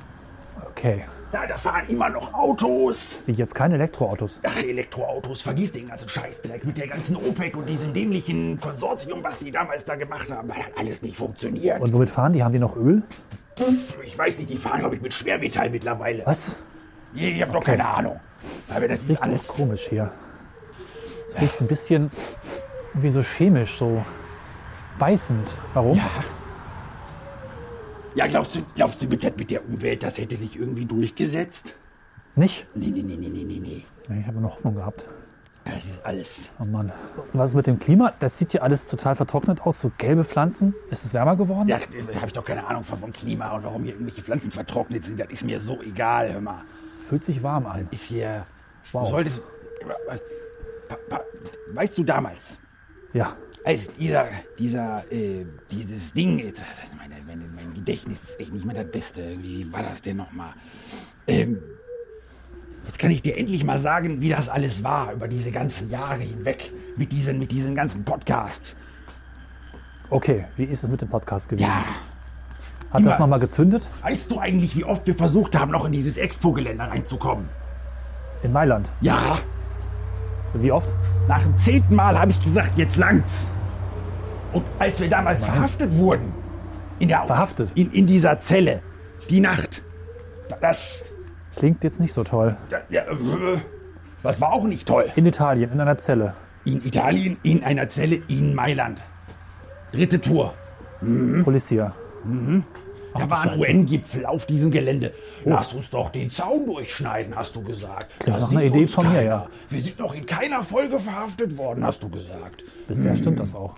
Speaker 3: Okay.
Speaker 2: Da, da fahren immer noch Autos.
Speaker 3: Wie jetzt keine Elektroautos.
Speaker 2: Ach, Elektroautos, vergiss den ganzen Scheißdreck mit der ganzen OPEC und diesem dämlichen Konsortium, was die damals da gemacht haben. Das hat alles nicht funktioniert.
Speaker 3: Und womit fahren die? Haben die noch Öl?
Speaker 2: ich weiß nicht, die fahren, glaube ich, mit Schwermetall mittlerweile.
Speaker 3: Was?
Speaker 2: Ich, ich habe doch keine Ahnung. Aber das, ist
Speaker 3: Riecht
Speaker 2: alles
Speaker 3: alles komisch hier. Es riecht ein bisschen irgendwie so chemisch, so beißend. Warum?
Speaker 2: Ja, glaubst du, glaubst du mit, der, mit der Umwelt, das hätte sich irgendwie durchgesetzt?
Speaker 3: Nicht?
Speaker 2: Nee, nee, nee, nee, nee, nee, nee.
Speaker 3: Ich habe noch Hoffnung gehabt.
Speaker 2: Das ist alles.
Speaker 3: Oh Mann. Was ist mit dem Klima? Das sieht hier alles total vertrocknet aus. So gelbe Pflanzen. Ist es wärmer geworden?
Speaker 2: Ja, da habe ich doch keine Ahnung von, vom Klima und warum hier irgendwelche Pflanzen vertrocknet sind. Das ist mir so egal, hör mal.
Speaker 3: Fühlt sich warm an.
Speaker 2: ist hier.
Speaker 3: Wow.
Speaker 2: Du solltest. Pa- pa- Weißt du damals,
Speaker 3: Ja.
Speaker 2: als Also, dieser, dieser, äh, dieses Ding, jetzt, also meine, meine, mein Gedächtnis ist echt nicht mehr das Beste. Wie war das denn nochmal? Ähm, jetzt kann ich dir endlich mal sagen, wie das alles war über diese ganzen Jahre hinweg mit diesen, mit diesen ganzen Podcasts.
Speaker 3: Okay, wie ist es mit dem Podcast gewesen?
Speaker 2: Ja.
Speaker 3: Hat das
Speaker 2: immer.
Speaker 3: nochmal gezündet?
Speaker 2: Weißt du eigentlich, wie oft wir versucht haben, noch in dieses Expo-Geländer reinzukommen?
Speaker 3: In Mailand.
Speaker 2: Ja.
Speaker 3: Wie oft?
Speaker 2: Nach dem zehnten Mal habe ich gesagt, jetzt langt's. Und als wir damals verhaftet wurden, in der
Speaker 3: Verhaftet?
Speaker 2: in, in dieser Zelle, die Nacht, das,
Speaker 3: Klingt jetzt nicht so toll.
Speaker 2: das, ja, das war auch nicht toll.
Speaker 3: In Italien, in einer Zelle.
Speaker 2: In Italien, in einer Zelle, in Mailand. Dritte Tour.
Speaker 3: Polizia.
Speaker 2: Da war ein UN-Gipfel auf diesem Gelände.
Speaker 3: Oh.
Speaker 2: Lass uns doch den Zaun durchschneiden, hast du gesagt.
Speaker 3: Klingt
Speaker 2: Da
Speaker 3: nach einer
Speaker 2: sieht
Speaker 3: Idee
Speaker 2: uns
Speaker 3: von mir,
Speaker 2: keiner.
Speaker 3: ja.
Speaker 2: Wir sind noch in keiner Folge verhaftet worden, hast du gesagt.
Speaker 3: Bisher stimmt das auch.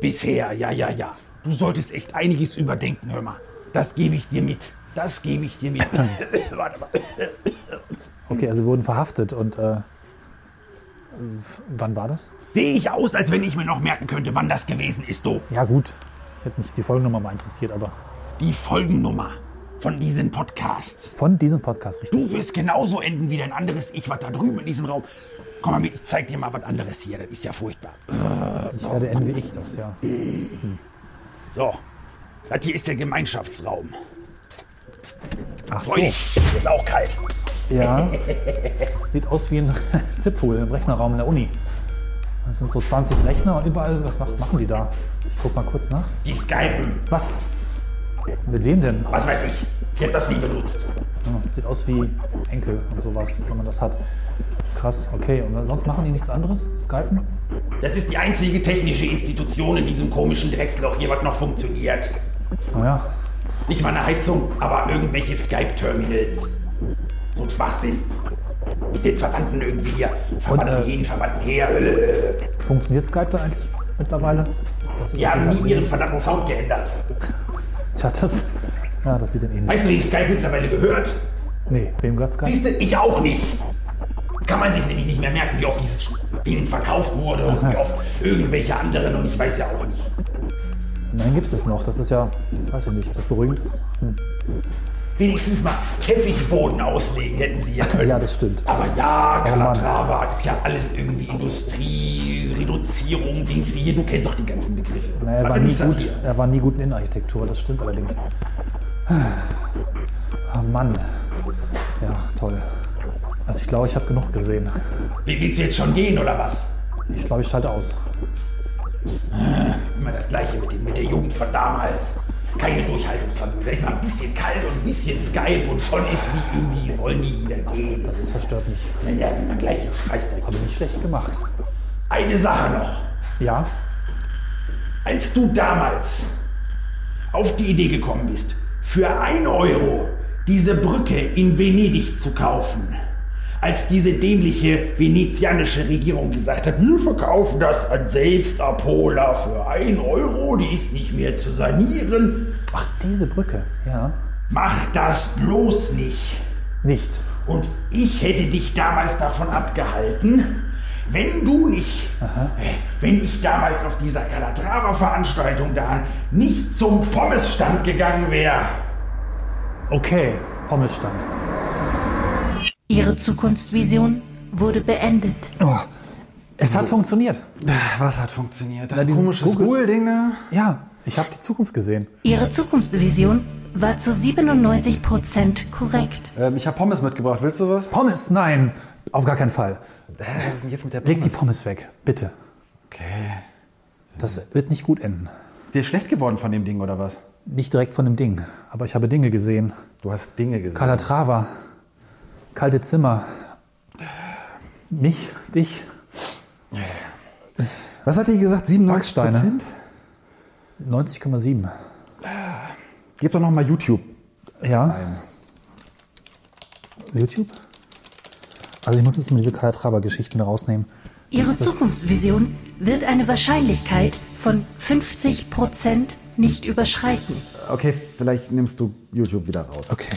Speaker 2: Bisher, ja, ja, ja. Du solltest echt einiges überdenken, hör mal. Das gebe ich dir mit. Das gebe ich dir mit. Warte mal.
Speaker 3: Okay, also wurden verhaftet und äh, wann war das?
Speaker 2: Sehe ich aus, als wenn ich mir noch merken könnte, wann das gewesen ist, du.
Speaker 3: Ja gut, ich hätte mich die Folgennummer mal interessiert, aber
Speaker 2: Die Folgennummer von diesen Podcasts.
Speaker 3: von diesem Podcast richtig.
Speaker 2: Du wirst genauso enden wie dein anderes Ich, was da drüben in diesem Raum. Komm mal mit, ich zeig dir mal was anderes hier. Das ist ja furchtbar.
Speaker 3: Ich werde enden wie ich das, ja.
Speaker 2: So. Das hier ist der Gemeinschaftsraum.
Speaker 3: Ach so,
Speaker 2: Ui, ist auch kalt.
Speaker 3: ja. Sieht aus wie ein Zippool im Rechnerraum in der Uni. Das sind so 20 Rechner und überall, was macht, machen die da? Ich guck mal kurz nach.
Speaker 2: Die Skypen.
Speaker 3: Was? Mit wem denn?
Speaker 2: Was weiß ich. Ich hätte das nie benutzt.
Speaker 3: Ja, Genau, Sieht aus wie Enkel und sowas, wenn man das hat. Krass, okay. Und sonst machen die nichts anderes? Skypen?
Speaker 2: Das ist die einzige technische Institution in diesem komischen Drecksloch hier, was noch funktioniert.
Speaker 3: Naja,
Speaker 2: Nicht mal eine Heizung, aber irgendwelche Skype-Terminals. So ein Schwachsinn. Mit den Verwandten irgendwie hier. Verwandten
Speaker 3: äh,
Speaker 2: hin, Verwandten her. Äh,
Speaker 3: funktioniert Skype da eigentlich mittlerweile? Das ist
Speaker 2: Die haben nie ihren verdammten Sound geändert.
Speaker 3: Tja, das Ja, das sieht dann ähnlich.
Speaker 2: Weißt du, wem Skype mittlerweile gehört?
Speaker 3: Nee, wem gab's gar nicht?
Speaker 2: Siehst du, ich auch nicht. Kann man sich nämlich nicht mehr merken, wie oft dieses Ding verkauft wurde und wie oft irgendwelche anderen und ich weiß ja auch nicht.
Speaker 3: Nein, gibt's das noch. Das ist ja, weiß ich nicht, ob das beruhigend ist. Hm.
Speaker 2: Wenigstens mal Teppichboden auslegen hätten sie ja können.
Speaker 3: Ja, das stimmt.
Speaker 2: Aber ja,
Speaker 3: Mann.
Speaker 2: Calatrava ist ja alles irgendwie Industrie, Reduzierung, Dings hier. Du kennst doch die ganzen Begriffe.
Speaker 3: Na, er,
Speaker 2: Was
Speaker 3: war nie
Speaker 2: ist das
Speaker 3: gut,
Speaker 2: hier?
Speaker 3: er war nie gut in Innenarchitektur, das stimmt allerdings. Ah Mann. Ja, toll. Also ich glaube, ich habe genug gesehen.
Speaker 2: Wie willst du jetzt schon gehen oder was?
Speaker 3: Ich glaube, ich schalte aus.
Speaker 2: Immer das Gleiche mit, dem, mit der Jugend von damals. Keine Durchhaltungsvermögen. Da ist mal ein bisschen kalt und ein bisschen Skype und schon ist wie irgendwie, sie wollen nie wieder gehen.
Speaker 3: Das verstört mich.
Speaker 2: Ja, immer gleich Scheißdreck.
Speaker 3: Habe nicht schlecht gemacht.
Speaker 2: Eine Sache noch.
Speaker 3: Ja,
Speaker 2: Als du damals auf die Idee gekommen bist, für 1 Euro diese Brücke in Venedig zu kaufen, als diese dämliche venezianische Regierung gesagt hat, wir verkaufen das an Selbstabholer für 1 Euro, die ist nicht mehr zu sanieren,
Speaker 3: ach, diese Brücke. Ja,
Speaker 2: mach das bloß nicht.
Speaker 3: nicht.
Speaker 2: Und ich hätte dich damals davon abgehalten, wenn du nicht, äh, wenn ich damals auf dieser Calatrava-Veranstaltung da nicht zum Pommesstand gegangen wäre.
Speaker 3: Okay, Pommesstand.
Speaker 5: Ihre Zukunftsvision wurde beendet.
Speaker 3: Es hat funktioniert.
Speaker 4: Was hat funktioniert?
Speaker 3: Na,
Speaker 4: Ein
Speaker 3: dieses
Speaker 4: komisches
Speaker 3: Google-
Speaker 4: Google-Ding ne? da?
Speaker 3: Ja, ich habe die Zukunft gesehen.
Speaker 5: Ihre Zukunftsvision war zu 97% korrekt.
Speaker 4: Ähm, ich habe Pommes mitgebracht. Willst du was?
Speaker 3: Pommes, nein, auf gar keinen Fall.
Speaker 4: Was ist denn jetzt mit der
Speaker 3: Leg die Pommes weg, bitte.
Speaker 4: Okay.
Speaker 3: Das wird nicht gut enden.
Speaker 4: Ist dir schlecht geworden von dem Ding oder was?
Speaker 3: Nicht direkt von dem Ding, aber ich habe Dinge gesehen.
Speaker 4: Du hast Dinge gesehen.
Speaker 3: Calatrava, kalte Zimmer, mich, dich,
Speaker 4: Was hat die gesagt? 97
Speaker 3: Backsteine.
Speaker 4: Prozent?
Speaker 3: 90,7.
Speaker 4: Gib doch noch mal YouTube.
Speaker 3: Ja. YouTube? Also ich muss jetzt mal diese Calatrava-Geschichten rausnehmen.
Speaker 5: Ihre
Speaker 3: Ist das-
Speaker 5: Zukunftsvision wird eine Wahrscheinlichkeit von 50% nicht überschreiten.
Speaker 4: Okay, vielleicht nimmst du YouTube wieder raus.
Speaker 3: Okay.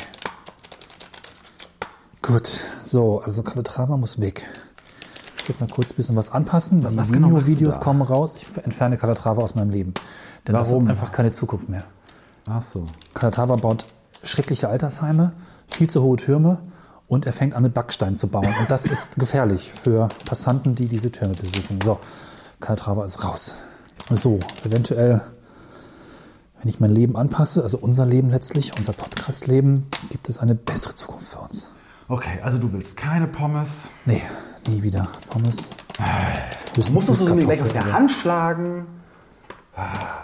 Speaker 3: Gut, so, also Calatrava muss weg. Ich werde mal kurz ein bisschen was anpassen. Die
Speaker 4: was genau machst du
Speaker 3: Videos
Speaker 4: da?
Speaker 3: kommen raus. Ich entferne Calatrava aus meinem Leben. Denn das
Speaker 4: Warum?
Speaker 3: hat einfach keine Zukunft mehr.
Speaker 4: Ach so.
Speaker 3: Calatrava baut schreckliche Altersheime, viel zu hohe Türme und er fängt an mit Backstein zu bauen. Und das ist gefährlich für Passanten, die diese Türme besuchen. So, Calatrava ist raus. So, eventuell, wenn ich mein Leben anpasse, also unser Leben letztlich, unser Podcast-Leben, gibt es eine bessere Zukunft für uns.
Speaker 4: Okay, also du willst keine Pommes.
Speaker 3: Nee, nie wieder. Pommes.
Speaker 4: Äh, Musst du
Speaker 3: Höchstens
Speaker 4: sie mir gleich aus
Speaker 3: Kartoffeln.
Speaker 4: der Hand schlagen?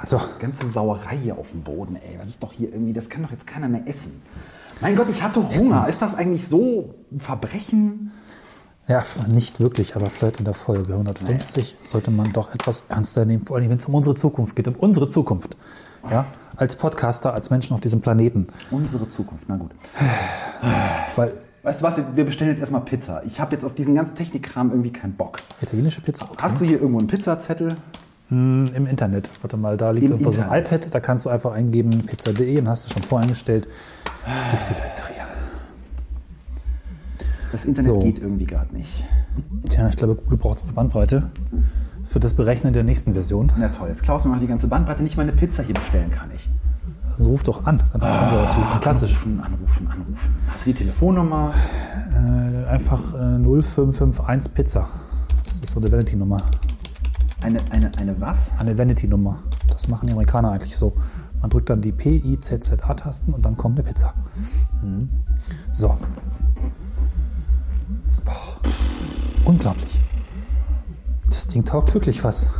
Speaker 3: So,
Speaker 4: Ganze Sauerei hier auf dem Boden, ey. Das ist doch hier irgendwie, das kann doch jetzt keiner mehr essen. Mein Gott, ich hatte Hunger. Ist das eigentlich so ein Verbrechen?
Speaker 3: ja, nicht wirklich, aber vielleicht in der Folge 150 sollte man doch etwas ernster nehmen, vor allem wenn es um unsere Zukunft geht, um unsere Zukunft. Ja, als Podcaster, als Menschen auf diesem Planeten.
Speaker 4: Unsere Zukunft, na gut.
Speaker 3: Weil
Speaker 4: Weißt du was, wir- wir bestellen jetzt erstmal Pizza. Ich habe jetzt auf diesen ganzen Technikkram irgendwie keinen Bock.
Speaker 3: italienische Pizza. okay.
Speaker 4: Hast du hier irgendwo einen Pizzazettel?
Speaker 3: Im Internet. Warte mal, da liegt
Speaker 4: Im
Speaker 3: irgendwo so ein
Speaker 4: Internet.
Speaker 3: iPad, da kannst du einfach eingeben pizza.de und hast du schon voreingestellt. Richtige Pizzeria.
Speaker 4: Das Internet
Speaker 3: So.
Speaker 4: geht irgendwie gerade nicht.
Speaker 3: Tja, ich glaube, Google braucht eine Bandbreite für das Berechnen der nächsten Version.
Speaker 4: Na toll, jetzt Klaus mir mal die ganze Bandbreite, nicht mal eine Pizza hier bestellen kann ich.
Speaker 3: Also ruf doch an, ganz konservativ und klassisch.
Speaker 4: Ah, Anrufen, anrufen, anrufen. Hast du die Telefonnummer?
Speaker 3: Einfach äh, 0551 Pizza. Das ist so eine Vanity-Nummer.
Speaker 4: Eine, eine, eine was?
Speaker 3: Eine Vanity-Nummer. Das machen die Amerikaner eigentlich so. Man drückt dann die P-I-Z-Z-A-Tasten und dann kommt eine Pizza. Mhm. So. Boah. Unglaublich. Das Ding taugt wirklich was.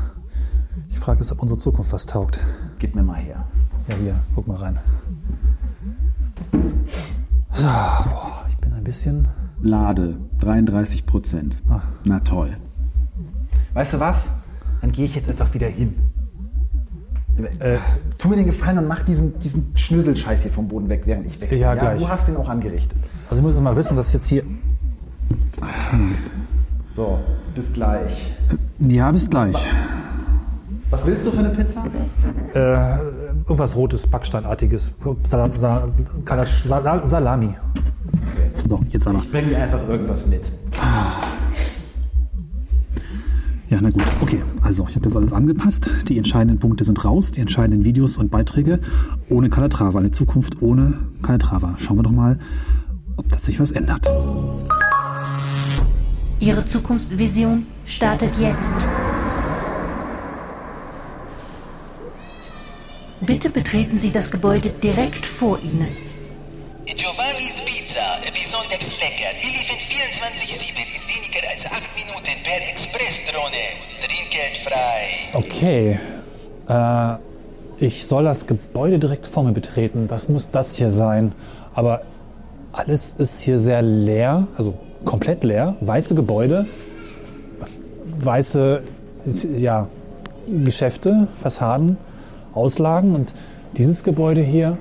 Speaker 3: Ich frage es, ob unsere Zukunft was taugt.
Speaker 4: Gib mir mal her.
Speaker 3: Ja, hier, guck mal rein. So, boah, ich bin ein bisschen.
Speaker 4: Lade, 33 Prozent.
Speaker 3: Ach.
Speaker 4: Na toll. Ah. Weißt du was? Dann gehe ich jetzt einfach wieder hin. Äh,
Speaker 1: Äh.
Speaker 4: Tu mir den Gefallen und mach diesen, diesen Schnöselscheiß hier vom Boden weg, während ich weg bin.
Speaker 3: Ja, gleich.
Speaker 4: Du hast den auch angerichtet.
Speaker 3: Also, ich muss jetzt mal wissen, was jetzt hier.
Speaker 4: So, bis gleich.
Speaker 6: Ja, bis gleich.
Speaker 4: Was willst du für eine Pizza?
Speaker 3: Äh, irgendwas Rotes, Backsteinartiges. Salam, Salam, Salam, Salami.
Speaker 9: So, jetzt aber.
Speaker 1: Bring dir einfach irgendwas mit.
Speaker 9: Ja, na gut. Okay, also ich habe jetzt alles angepasst. Die entscheidenden Punkte sind raus, die entscheidenden Videos und Beiträge ohne Calatrava. Eine Zukunft ohne Calatrava. Schauen wir doch mal, ob das sich was ändert.
Speaker 5: Ihre Zukunftsvision startet jetzt. Bitte betreten Sie das Gebäude direkt vor Ihnen.
Speaker 10: Giovanni's Pizza, besonders lecker. Wir liefern 24-7 in weniger als 8 Minuten per Expressdrohne. Trinkgeldfrei.
Speaker 3: Okay. Äh, ich soll das Gebäude direkt vor mir betreten. Das muss das hier sein. Aber alles ist hier sehr leer, also komplett leer. Weiße Gebäude, weiße ja, Geschäfte, Fassaden, Auslagen. Und dieses Gebäude hier,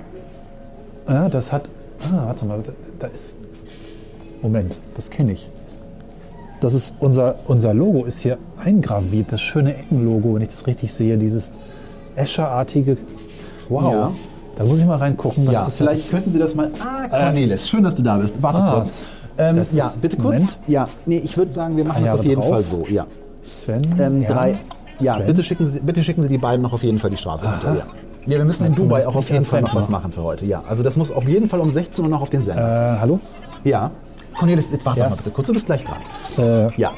Speaker 3: ja, das hat. Ah, warte mal, da, da ist. Moment, das kenne ich. Das ist unser, unser Logo ist hier eingraviert, das schöne Eckenlogo, wenn ich das richtig sehe, dieses Escherartige. Wow.
Speaker 1: Ja.
Speaker 3: Da muss ich mal reingucken, was
Speaker 1: Ja,
Speaker 3: das
Speaker 1: vielleicht könnten Sie das mal. Ah, Cornelis, schön, dass du da bist. Warte
Speaker 3: ah,
Speaker 1: kurz. Ähm,
Speaker 3: das
Speaker 1: ja,
Speaker 3: ist-
Speaker 1: bitte kurz.
Speaker 3: Moment.
Speaker 1: Ja, nee, ich würde sagen, wir machen
Speaker 3: Ah,
Speaker 1: das
Speaker 3: Jahre
Speaker 1: auf jeden
Speaker 3: drauf.
Speaker 1: Fall so. Ja,
Speaker 3: Sven.
Speaker 1: ähm,
Speaker 3: ja.
Speaker 1: drei. Ja,
Speaker 3: Sven?
Speaker 1: bitte schicken, Sie, bitte schicken Sie die beiden noch auf jeden Fall die Straße runter. Ja. ja, wir müssen in Dubai
Speaker 3: zumindest
Speaker 1: auch auf
Speaker 3: nicht
Speaker 1: jeden
Speaker 3: als
Speaker 1: Fall noch
Speaker 3: Rentner.
Speaker 1: was machen für heute. Ja, also das muss auf jeden Fall um 16 Uhr noch auf den
Speaker 3: Äh,
Speaker 1: Sender.
Speaker 3: hallo?
Speaker 1: Ja. Cornelis, jetzt warte
Speaker 3: Ja.
Speaker 1: mal bitte kurz, du bist gleich dran.
Speaker 3: Äh,
Speaker 1: Ja.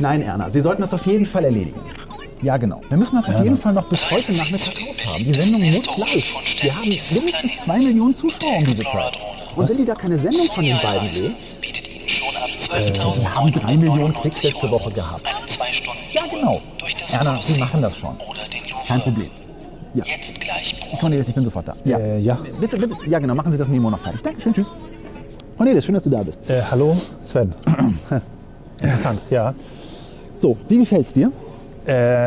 Speaker 1: Nein, Erna, Sie sollten das auf jeden Fall erledigen. Ja, genau. Wir müssen das auf jeden Fall noch bis heute Nachmittag raus haben. Die Sendung muss live. Wir haben mindestens zwei Millionen Zuschauer um diese Zeit. Und wenn die da keine Sendung von den beiden sehen,
Speaker 10: Bietet Ihnen schon ab 12.000
Speaker 1: wir haben drei Millionen Klicks letzte Woche gehabt.
Speaker 10: Eine 2 Stunden
Speaker 1: Ja, genau.
Speaker 10: durch das
Speaker 1: Erna, Sie
Speaker 10: Kolosseum
Speaker 1: machen das schon.
Speaker 10: Oder den Louvre.
Speaker 1: Kein Problem.
Speaker 10: Jetzt gleich buchen.
Speaker 1: Cornelis, ich bin sofort da. Ja.
Speaker 3: Äh, ja.
Speaker 1: Bitte, bitte. Ja, genau. Machen Sie das Memo noch fertig. Dankeschön. Tschüss. Cornelis, schön, dass du da bist.
Speaker 3: Äh, hallo, Sven. Interessant, ja.
Speaker 1: So, wie gefällt's dir?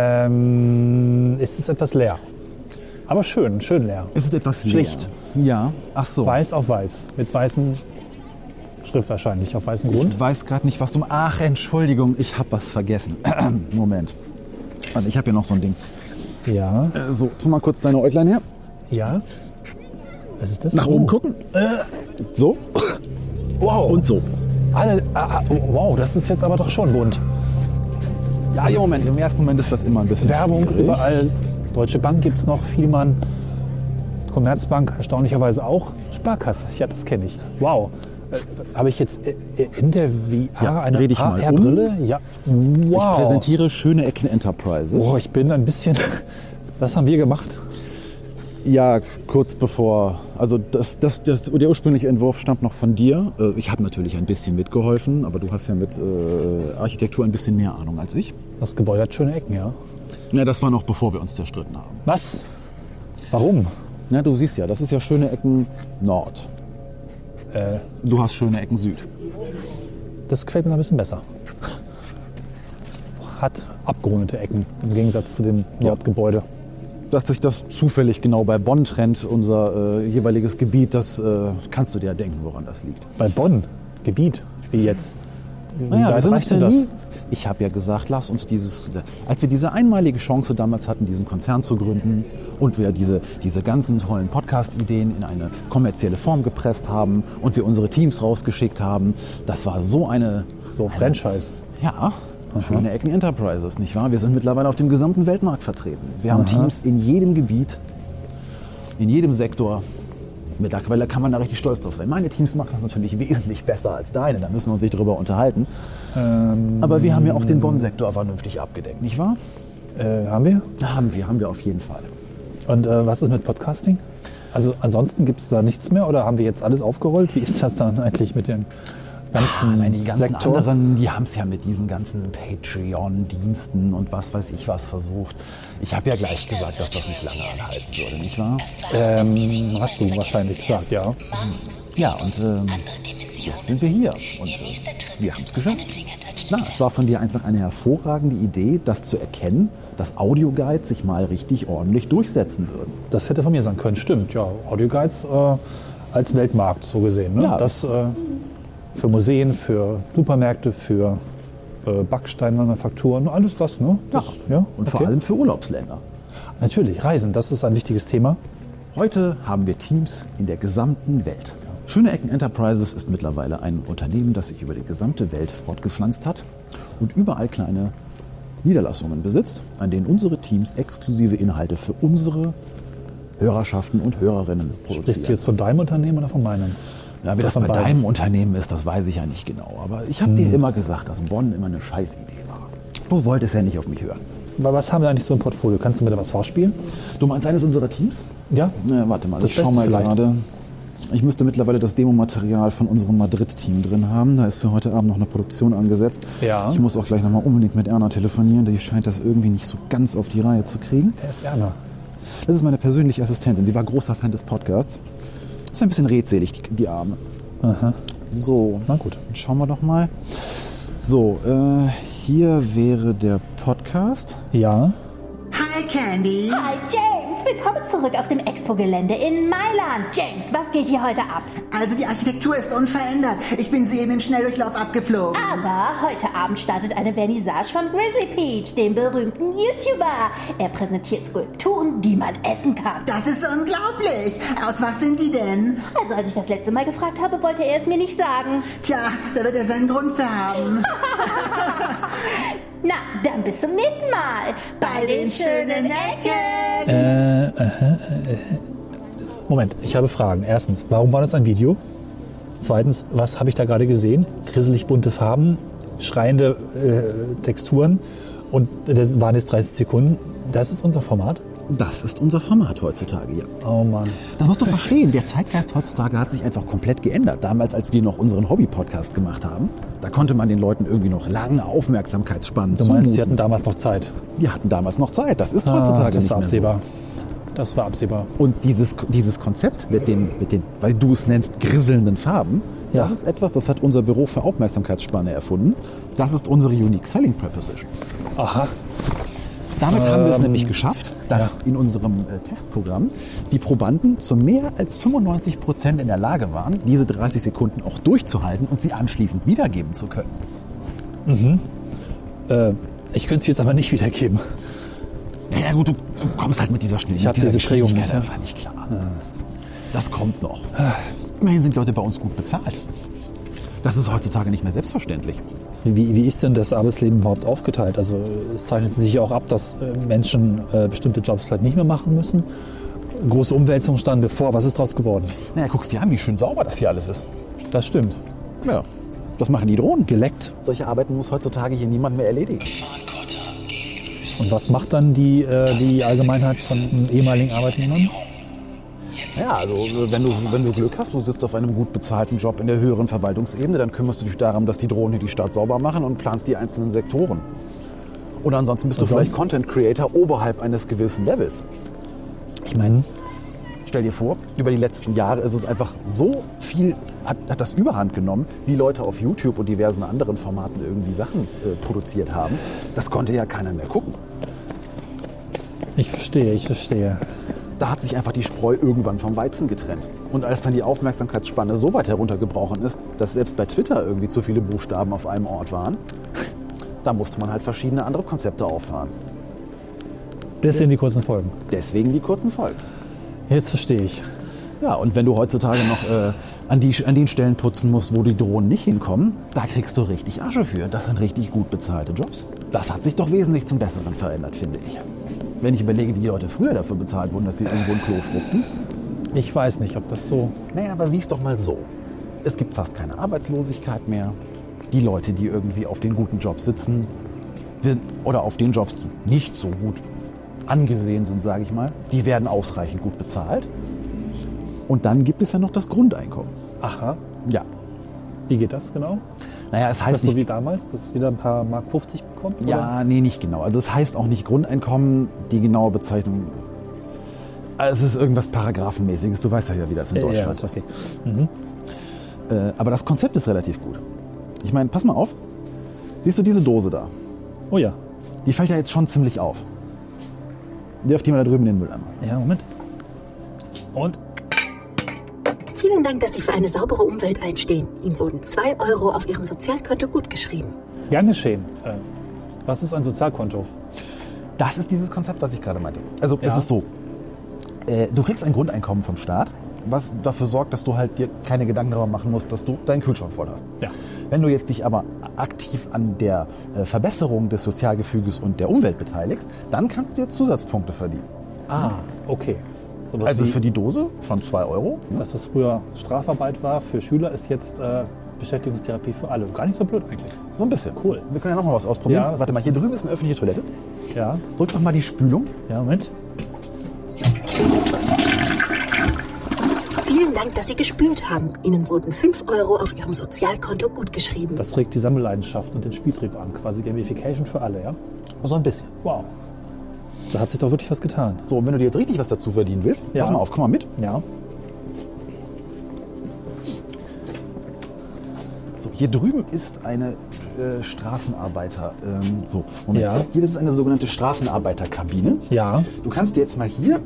Speaker 3: Ähm, es ist etwas leer. Aber schön, schön leer.
Speaker 1: Es ist etwas
Speaker 3: Schlicht.
Speaker 1: Ja. Ach so.
Speaker 3: Weiß auf weiß. Mit weißen Schrift wahrscheinlich, auf weißem Grund.
Speaker 1: Ich weiß gerade nicht, was du. Ach, Entschuldigung, ich habe was vergessen. Moment. Warte, ich habe hier noch so ein Ding.
Speaker 3: Ja,
Speaker 1: Äh, So, tu mal kurz deine Äuglein her.
Speaker 3: ja. Was ist das?
Speaker 1: Nach
Speaker 3: Oh,
Speaker 1: oben gucken. Äh, So.
Speaker 3: Wow.
Speaker 1: Und so.
Speaker 3: Alle, ah, ah, oh, wow, das ist jetzt aber doch schon bunt.
Speaker 1: Ja, ja, Moment. Im ersten Moment ist das immer ein bisschen
Speaker 3: Werbung
Speaker 1: schwierig.
Speaker 3: überall. Deutsche Bank gibt es noch, Vielmann, Commerzbank erstaunlicherweise auch, Sparkasse, ja, das kenne ich. Wow. Äh, Habe ich jetzt äh, äh, in der VR
Speaker 1: Ja,
Speaker 3: eine
Speaker 1: dreh dich mal um.
Speaker 3: AR-Brille? Ja,
Speaker 1: Ich
Speaker 3: wow.
Speaker 1: präsentiere schöne Ecken Enterprises.
Speaker 3: oh, ich bin ein bisschen. Das haben wir gemacht.
Speaker 1: Ja, kurz bevor. Also das, das, das, der ursprüngliche Entwurf stammt noch von dir. Äh, Ich habe natürlich ein bisschen mitgeholfen, aber du hast ja mit äh, Architektur ein bisschen mehr Ahnung als ich.
Speaker 3: Das Gebäude hat schöne Ecken, ja.
Speaker 1: Ja, das war noch bevor wir uns zerstritten haben.
Speaker 3: Was? Warum?
Speaker 1: Na, du siehst ja, das ist ja schöne Ecken Nord.
Speaker 3: Äh,
Speaker 1: Du hast schöne Ecken Süd.
Speaker 3: das gefällt mir ein bisschen besser. Hat abgerundete Ecken im Gegensatz zu dem Nordgebäude.
Speaker 1: Dass sich das zufällig genau bei Bonn trennt, unser äh, jeweiliges Gebiet, das äh, kannst du dir ja denken, woran das liegt.
Speaker 3: Bei Bonn, Gebiet, wie jetzt. Wie weit reicht denn
Speaker 1: ja
Speaker 3: das?
Speaker 1: nie- Ich habe ja gesagt, lass uns dieses, als wir diese einmalige Chance damals hatten, diesen Konzern zu gründen und wir diese, diese ganzen tollen Podcast-Ideen in eine kommerzielle Form gepresst haben und wir unsere Teams rausgeschickt haben, das war so eine...
Speaker 3: So Franchise.
Speaker 1: Ja, schöne Ecken Enterprises, nicht wahr? Wir sind mittlerweile auf dem gesamten Weltmarkt vertreten. Wir haben Teams in jedem Gebiet, in jedem Sektor. Mittlerweile kann man da richtig stolz drauf sein. Meine Teams machen das natürlich wesentlich besser als deine, da müssen wir uns nicht drüber unterhalten. Aber wir haben ja auch den Bonn-Sektor vernünftig abgedeckt, nicht wahr?
Speaker 3: Äh, haben wir?
Speaker 1: Haben wir, haben wir auf jeden Fall.
Speaker 3: Und äh, was ist mit Podcasting? Also ansonsten gibt es da nichts mehr oder haben wir jetzt alles aufgerollt? Wie ist das dann eigentlich mit dem ganzen
Speaker 1: Nein, die Ah, ganzen
Speaker 3: Sektor?
Speaker 1: anderen, die haben es ja mit diesen ganzen Patreon-Diensten und was weiß ich was versucht. Ich habe ja gleich gesagt, dass das nicht lange anhalten würde, nicht wahr? Hm.
Speaker 3: Ähm, hast du wahrscheinlich gesagt, ja.
Speaker 1: Ja, und ähm, jetzt sind wir hier und äh, wir haben es geschafft. Na, es war von dir einfach eine hervorragende Idee, das zu erkennen, dass Audioguides sich mal richtig ordentlich durchsetzen würden.
Speaker 3: Das hätte von mir sein können. Stimmt, ja. Audioguides äh, als Weltmarkt so gesehen. Ne?
Speaker 1: Ja,
Speaker 3: das äh, für Museen, für Supermärkte, für äh, Backsteinmanufakturen, alles das, ne? Das,
Speaker 1: Und vor
Speaker 3: okay.
Speaker 1: allem für Urlaubsländer.
Speaker 3: natürlich, Reisen, das ist ein wichtiges Thema.
Speaker 1: Heute haben wir Teams in der gesamten Welt. Schöne Ecken Enterprises ist mittlerweile ein Unternehmen, das sich über die gesamte Welt fortgepflanzt hat und überall kleine Niederlassungen besitzt, an denen unsere Teams exklusive Inhalte für unsere Hörerschaften und Hörerinnen
Speaker 3: Bist du
Speaker 1: produzieren.
Speaker 3: jetzt von deinem Unternehmen oder von meinem?
Speaker 1: Ja, wie das
Speaker 3: Von
Speaker 1: bei
Speaker 3: beiden. Hm.
Speaker 1: deinem Unternehmen ist, das weiß ich ja nicht genau. Aber ich habe dir immer gesagt, dass Bonn immer eine Scheißidee war. Du wolltest ja nicht auf mich hören.
Speaker 3: Weil Was haben wir eigentlich so im Portfolio? Kannst du mir da was vorspielen?
Speaker 1: Du meinst eines unserer Teams?
Speaker 3: Ja?
Speaker 1: Na, warte mal,
Speaker 3: Das
Speaker 1: ich schau
Speaker 3: Beste
Speaker 1: mal
Speaker 3: vielleicht.
Speaker 1: gerade. Ich müsste mittlerweile das Demomaterial von unserem Madrid-Team drin haben. Da ist für heute Abend noch eine Produktion angesetzt.
Speaker 3: Ja.
Speaker 1: Ich muss auch gleich nochmal unbedingt mit Erna telefonieren. Die scheint das irgendwie nicht so ganz auf die Reihe zu kriegen.
Speaker 3: Wer ist Erna?
Speaker 1: Das ist meine persönliche Assistentin. Sie war großer Fan des Podcasts. Ist ein bisschen redselig, die, die Arme.
Speaker 3: Aha.
Speaker 1: So, na gut, dann schauen wir doch mal. So, äh, hier wäre der Podcast.
Speaker 3: Ja.
Speaker 11: Hi Candy.
Speaker 12: Hi James, willkommen zurück auf dem Expo-Gelände in Mailand. James, was geht hier heute ab?
Speaker 11: Also die Architektur ist unverändert. Ich bin sie eben im Schnelldurchlauf abgeflogen.
Speaker 12: Aber heute Abend startet eine Vernissage von Grizzly Peach, dem berühmten YouTuber. Er präsentiert Skulpturen, die man essen kann.
Speaker 11: Das ist unglaublich. Aus was sind die denn?
Speaker 12: Also als ich das letzte Mal gefragt habe, wollte er es mir nicht sagen.
Speaker 11: Tja, da wird er seinen Grund für haben.
Speaker 12: Na, dann bis zum nächsten Mal. Bei den schönen Ecken.
Speaker 3: Äh, aha, äh, Moment, ich habe Fragen. Erstens, warum war das ein Video? Zweitens, was habe ich da gerade gesehen? Grisselig bunte Farben, schreiende äh, Texturen und das waren jetzt 30 Sekunden. Das ist unser Format?
Speaker 1: Das ist unser Format heutzutage, ja.
Speaker 3: Oh Mann.
Speaker 1: Das musst du verstehen. Der Zeitgeist heutzutage hat sich einfach komplett geändert. Damals, als wir noch unseren Hobby-Podcast gemacht haben, da konnte man den Leuten irgendwie noch lange Aufmerksamkeitsspannen
Speaker 3: Du meinst, sie
Speaker 1: zumuten.
Speaker 3: hatten damals noch Zeit?
Speaker 1: Die hatten damals noch Zeit. Das ist heutzutage
Speaker 3: Ah, das
Speaker 1: nicht
Speaker 3: war
Speaker 1: mehr so.
Speaker 3: absehbar. Das war absehbar.
Speaker 1: Und dieses, dieses Konzept mit den, mit den, weil du es nennst, grisselnden Farben,
Speaker 3: Ja.
Speaker 1: das ist etwas, das hat unser Büro für Aufmerksamkeitsspanne erfunden. Das ist unsere Unique Selling Proposition.
Speaker 3: Aha.
Speaker 1: Damit haben wir es
Speaker 3: Ähm,
Speaker 1: nämlich geschafft, dass in unserem äh, Testprogramm die Probanden zu mehr als 95 Prozent in der Lage waren, diese 30 Sekunden auch durchzuhalten und sie anschließend wiedergeben zu können.
Speaker 3: Äh, ich könnte es jetzt aber nicht wiedergeben.
Speaker 1: Ja, ja gut, du, du kommst halt mit dieser Schnelligkeit.
Speaker 3: Ich hab
Speaker 1: dieser
Speaker 3: diese Prägung
Speaker 1: Geschwindigkeit
Speaker 3: nicht, ne? Ah. ja.
Speaker 1: einfach nicht klar. Das kommt noch. Immerhin sind die Leute bei uns gut bezahlt. Das ist heutzutage nicht mehr selbstverständlich.
Speaker 3: Wie, wie ist denn das Arbeitsleben überhaupt aufgeteilt? Also äh, es zeichnet sich ja auch ab, dass äh, Menschen äh, bestimmte Jobs vielleicht nicht mehr machen müssen. Große Umwälzungen standen bevor. Was ist daraus geworden?
Speaker 1: Naja, guckst dir an, wie schön sauber das hier alles ist.
Speaker 3: Das stimmt.
Speaker 1: Ja, das machen die Drohnen.
Speaker 3: Geleckt.
Speaker 1: Solche Arbeiten muss heutzutage hier niemand mehr erledigen.
Speaker 3: Und was macht dann die, äh, die Allgemeinheit von ähm, ehemaligen Arbeitnehmern?
Speaker 1: Ja, also äh, wenn du, wenn du Glück hast, du sitzt auf einem gut bezahlten Job in der höheren Verwaltungsebene, dann kümmerst du dich darum, dass die Drohnen hier die Stadt sauber machen und planst die einzelnen Sektoren. Oder ansonsten bist du
Speaker 3: Und sonst?
Speaker 1: vielleicht Content Creator oberhalb eines gewissen Levels.
Speaker 3: Ich meine,
Speaker 1: Stell dir vor, über die letzten Jahre ist es einfach so viel, hat, hat das überhand genommen, wie Leute auf YouTube und diversen anderen Formaten irgendwie Sachen äh, produziert haben. Das konnte ja keiner mehr gucken.
Speaker 3: ich verstehe, ich verstehe.
Speaker 1: Da hat sich einfach die Spreu irgendwann vom Weizen getrennt. Und als dann die Aufmerksamkeitsspanne so weit heruntergebrochen ist, dass selbst bei Twitter irgendwie zu viele Buchstaben auf einem Ort waren, da musste man halt verschiedene andere Konzepte auffahren.
Speaker 3: Deswegen die kurzen Folgen.
Speaker 1: Deswegen die kurzen Folgen.
Speaker 3: Jetzt verstehe ich.
Speaker 1: Ja, und wenn du heutzutage noch äh, an, die, an den Stellen putzen musst, wo die Drohnen nicht hinkommen, da kriegst du richtig Asche für. Das sind richtig gut bezahlte Jobs. Das hat sich doch wesentlich zum Besseren verändert, finde ich. Wenn ich überlege, wie die Leute früher dafür bezahlt wurden, dass sie irgendwo ein Klo schrubbten.
Speaker 3: Ich weiß nicht, ob das so.
Speaker 1: Naja, aber sieh's doch mal so. Es gibt fast keine Arbeitslosigkeit mehr. Die Leute, die irgendwie auf den guten Jobs sitzen wir- oder auf den Jobs, die nicht so gut angesehen sind, sage ich mal, die werden ausreichend gut bezahlt. Und dann gibt es ja noch das Grundeinkommen.
Speaker 3: Aha.
Speaker 1: Ja.
Speaker 3: Wie geht das genau?
Speaker 1: Naja, es
Speaker 3: Ist
Speaker 1: heißt
Speaker 3: das so
Speaker 1: nicht
Speaker 3: wie damals, dass jeder ein paar Mark 50 bekommt?
Speaker 1: Ja, nee, nicht genau. Also es heißt auch nicht Grundeinkommen, die genaue Bezeichnung. Also es ist irgendwas Paragraphenmäßiges. Du weißt ja, wie das in
Speaker 3: Ja, ja,
Speaker 1: Deutschland
Speaker 3: ist okay.
Speaker 1: ist. Äh, aber das Konzept ist relativ gut. Ich meine, pass mal auf. Siehst du diese Dose da?
Speaker 3: Oder? Oh ja.
Speaker 1: Die fällt ja jetzt schon ziemlich auf. Wirf die mal da drüben in den Mülleimer.
Speaker 3: Ja, Moment. Und
Speaker 13: Vielen Dank, dass Sie für eine saubere Umwelt einstehen. Ihnen wurden 2 Euro auf Ihrem Sozialkonto gutgeschrieben.
Speaker 3: gern geschehen. Äh, was ist ein Sozialkonto?
Speaker 4: Das ist dieses Konzept, was ich gerade meinte. Also es
Speaker 6: Ja.
Speaker 4: ist so, äh, du kriegst ein Grundeinkommen vom Staat, was dafür sorgt, dass du halt dir keine Gedanken darüber machen musst, dass du deinen Kühlschrank voll hast.
Speaker 6: Ja.
Speaker 4: Wenn du jetzt dich aber aktiv an der äh, Verbesserung des Sozialgefüges und der Umwelt beteiligst, dann kannst du dir Zusatzpunkte verdienen.
Speaker 3: Ah, okay. Sowas
Speaker 4: also
Speaker 3: wie-
Speaker 4: für die Dose schon 2 Euro. ne?
Speaker 3: Das, was früher Strafarbeit war für Schüler, ist jetzt äh, Beschäftigungstherapie für alle. Gar nicht so blöd eigentlich.
Speaker 4: So ein bisschen.
Speaker 3: Cool.
Speaker 4: Wir können ja noch mal was ausprobieren.
Speaker 3: Ja, was
Speaker 4: Warte mal, hier drüben ist eine öffentliche Toilette.
Speaker 3: Ja,
Speaker 4: Drück doch mal die Spülung.
Speaker 3: ja, Moment.
Speaker 13: Vielen Dank, dass Sie gespült haben. Ihnen wurden 5 Euro auf Ihrem Sozialkonto gutgeschrieben.
Speaker 3: Das regt die Sammelleidenschaft und den Spieltrieb an. Quasi Gamification für alle, ja?
Speaker 4: So ein bisschen.
Speaker 3: Wow. Da hat sich doch wirklich was getan.
Speaker 4: So, und wenn du dir jetzt richtig was dazu verdienen willst,
Speaker 3: Ja.
Speaker 4: pass mal auf, komm mal mit.
Speaker 3: Ja.
Speaker 4: So, hier drüben ist eine äh, Straßenarbeiter. Ähm, so, Moment.
Speaker 3: Ja.
Speaker 4: Hier das ist eine sogenannte Straßenarbeiterkabine.
Speaker 3: Ja.
Speaker 4: Du kannst dir jetzt mal hier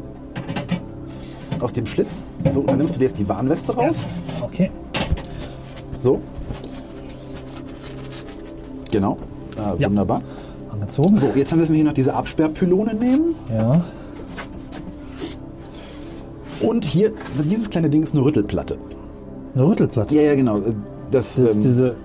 Speaker 4: aus dem Schlitz, so, dann nimmst du dir jetzt die Warnweste raus.
Speaker 3: Okay.
Speaker 4: So. Genau. Ah,
Speaker 3: Ja.
Speaker 4: Wunderbar.
Speaker 3: Angezogen.
Speaker 4: So, jetzt müssen wir hier noch diese Absperrpylone nehmen.
Speaker 3: Ja.
Speaker 4: Und hier, also dieses kleine Ding ist eine Rüttelplatte.
Speaker 3: Eine Rüttelplatte.
Speaker 4: Ja, ja, genau. äh, Das,
Speaker 3: Das ist
Speaker 4: ähm,
Speaker 3: diese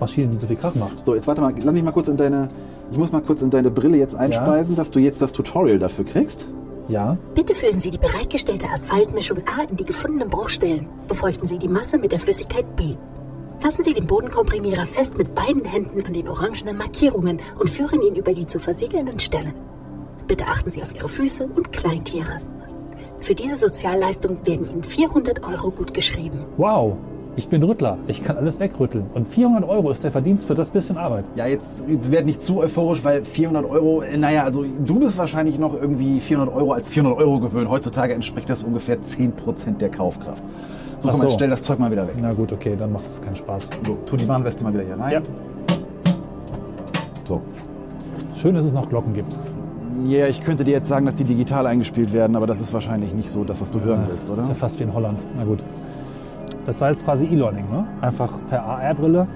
Speaker 3: Maschine, die so viel Krach macht.
Speaker 4: So, jetzt warte mal, lass mich mal kurz in deine. Ich muss mal kurz in deine Brille jetzt einspeisen, dass du jetzt das Tutorial dafür kriegst.
Speaker 3: Ja.
Speaker 13: Bitte füllen Sie die bereitgestellte Asphaltmischung A in die gefundenen Bruchstellen. Befeuchten Sie die Masse mit der Flüssigkeit B. Fassen Sie den Bodenkomprimierer fest mit beiden Händen an den orangenen Markierungen und führen ihn über die zu versiegelnden Stellen. Bitte achten Sie auf Ihre Füße und Kleintiere. Für diese Sozialleistung werden Ihnen 400 Euro gutgeschrieben.
Speaker 3: Wow. Ich bin Rüttler. Ich kann alles wegrütteln. Und 400 Euro ist der Verdienst für das bisschen Arbeit.
Speaker 4: Ja, jetzt, jetzt werd nicht zu euphorisch, weil 400 Euro, äh, naja, also du bist wahrscheinlich noch irgendwie 400 Euro als 400 Euro gewöhnt. Heutzutage entspricht das ungefähr 10% der Kaufkraft. So,
Speaker 3: Ach
Speaker 4: komm, jetzt
Speaker 3: so.
Speaker 4: stell das Zeug mal wieder weg.
Speaker 3: Na gut, okay, dann macht es keinen Spaß.
Speaker 4: So, tu die Warnweste mal wieder hier rein.
Speaker 3: Ja.
Speaker 4: So.
Speaker 3: Schön, dass es noch Glocken gibt.
Speaker 4: Ja, ich könnte dir jetzt sagen, dass die digital eingespielt werden, aber das ist wahrscheinlich nicht so das, was du hören willst,
Speaker 3: Das ist ja
Speaker 4: oder?
Speaker 3: fast wie in Holland. Na gut. Das war jetzt quasi E-Learning, ne? Einfach per AR-Brille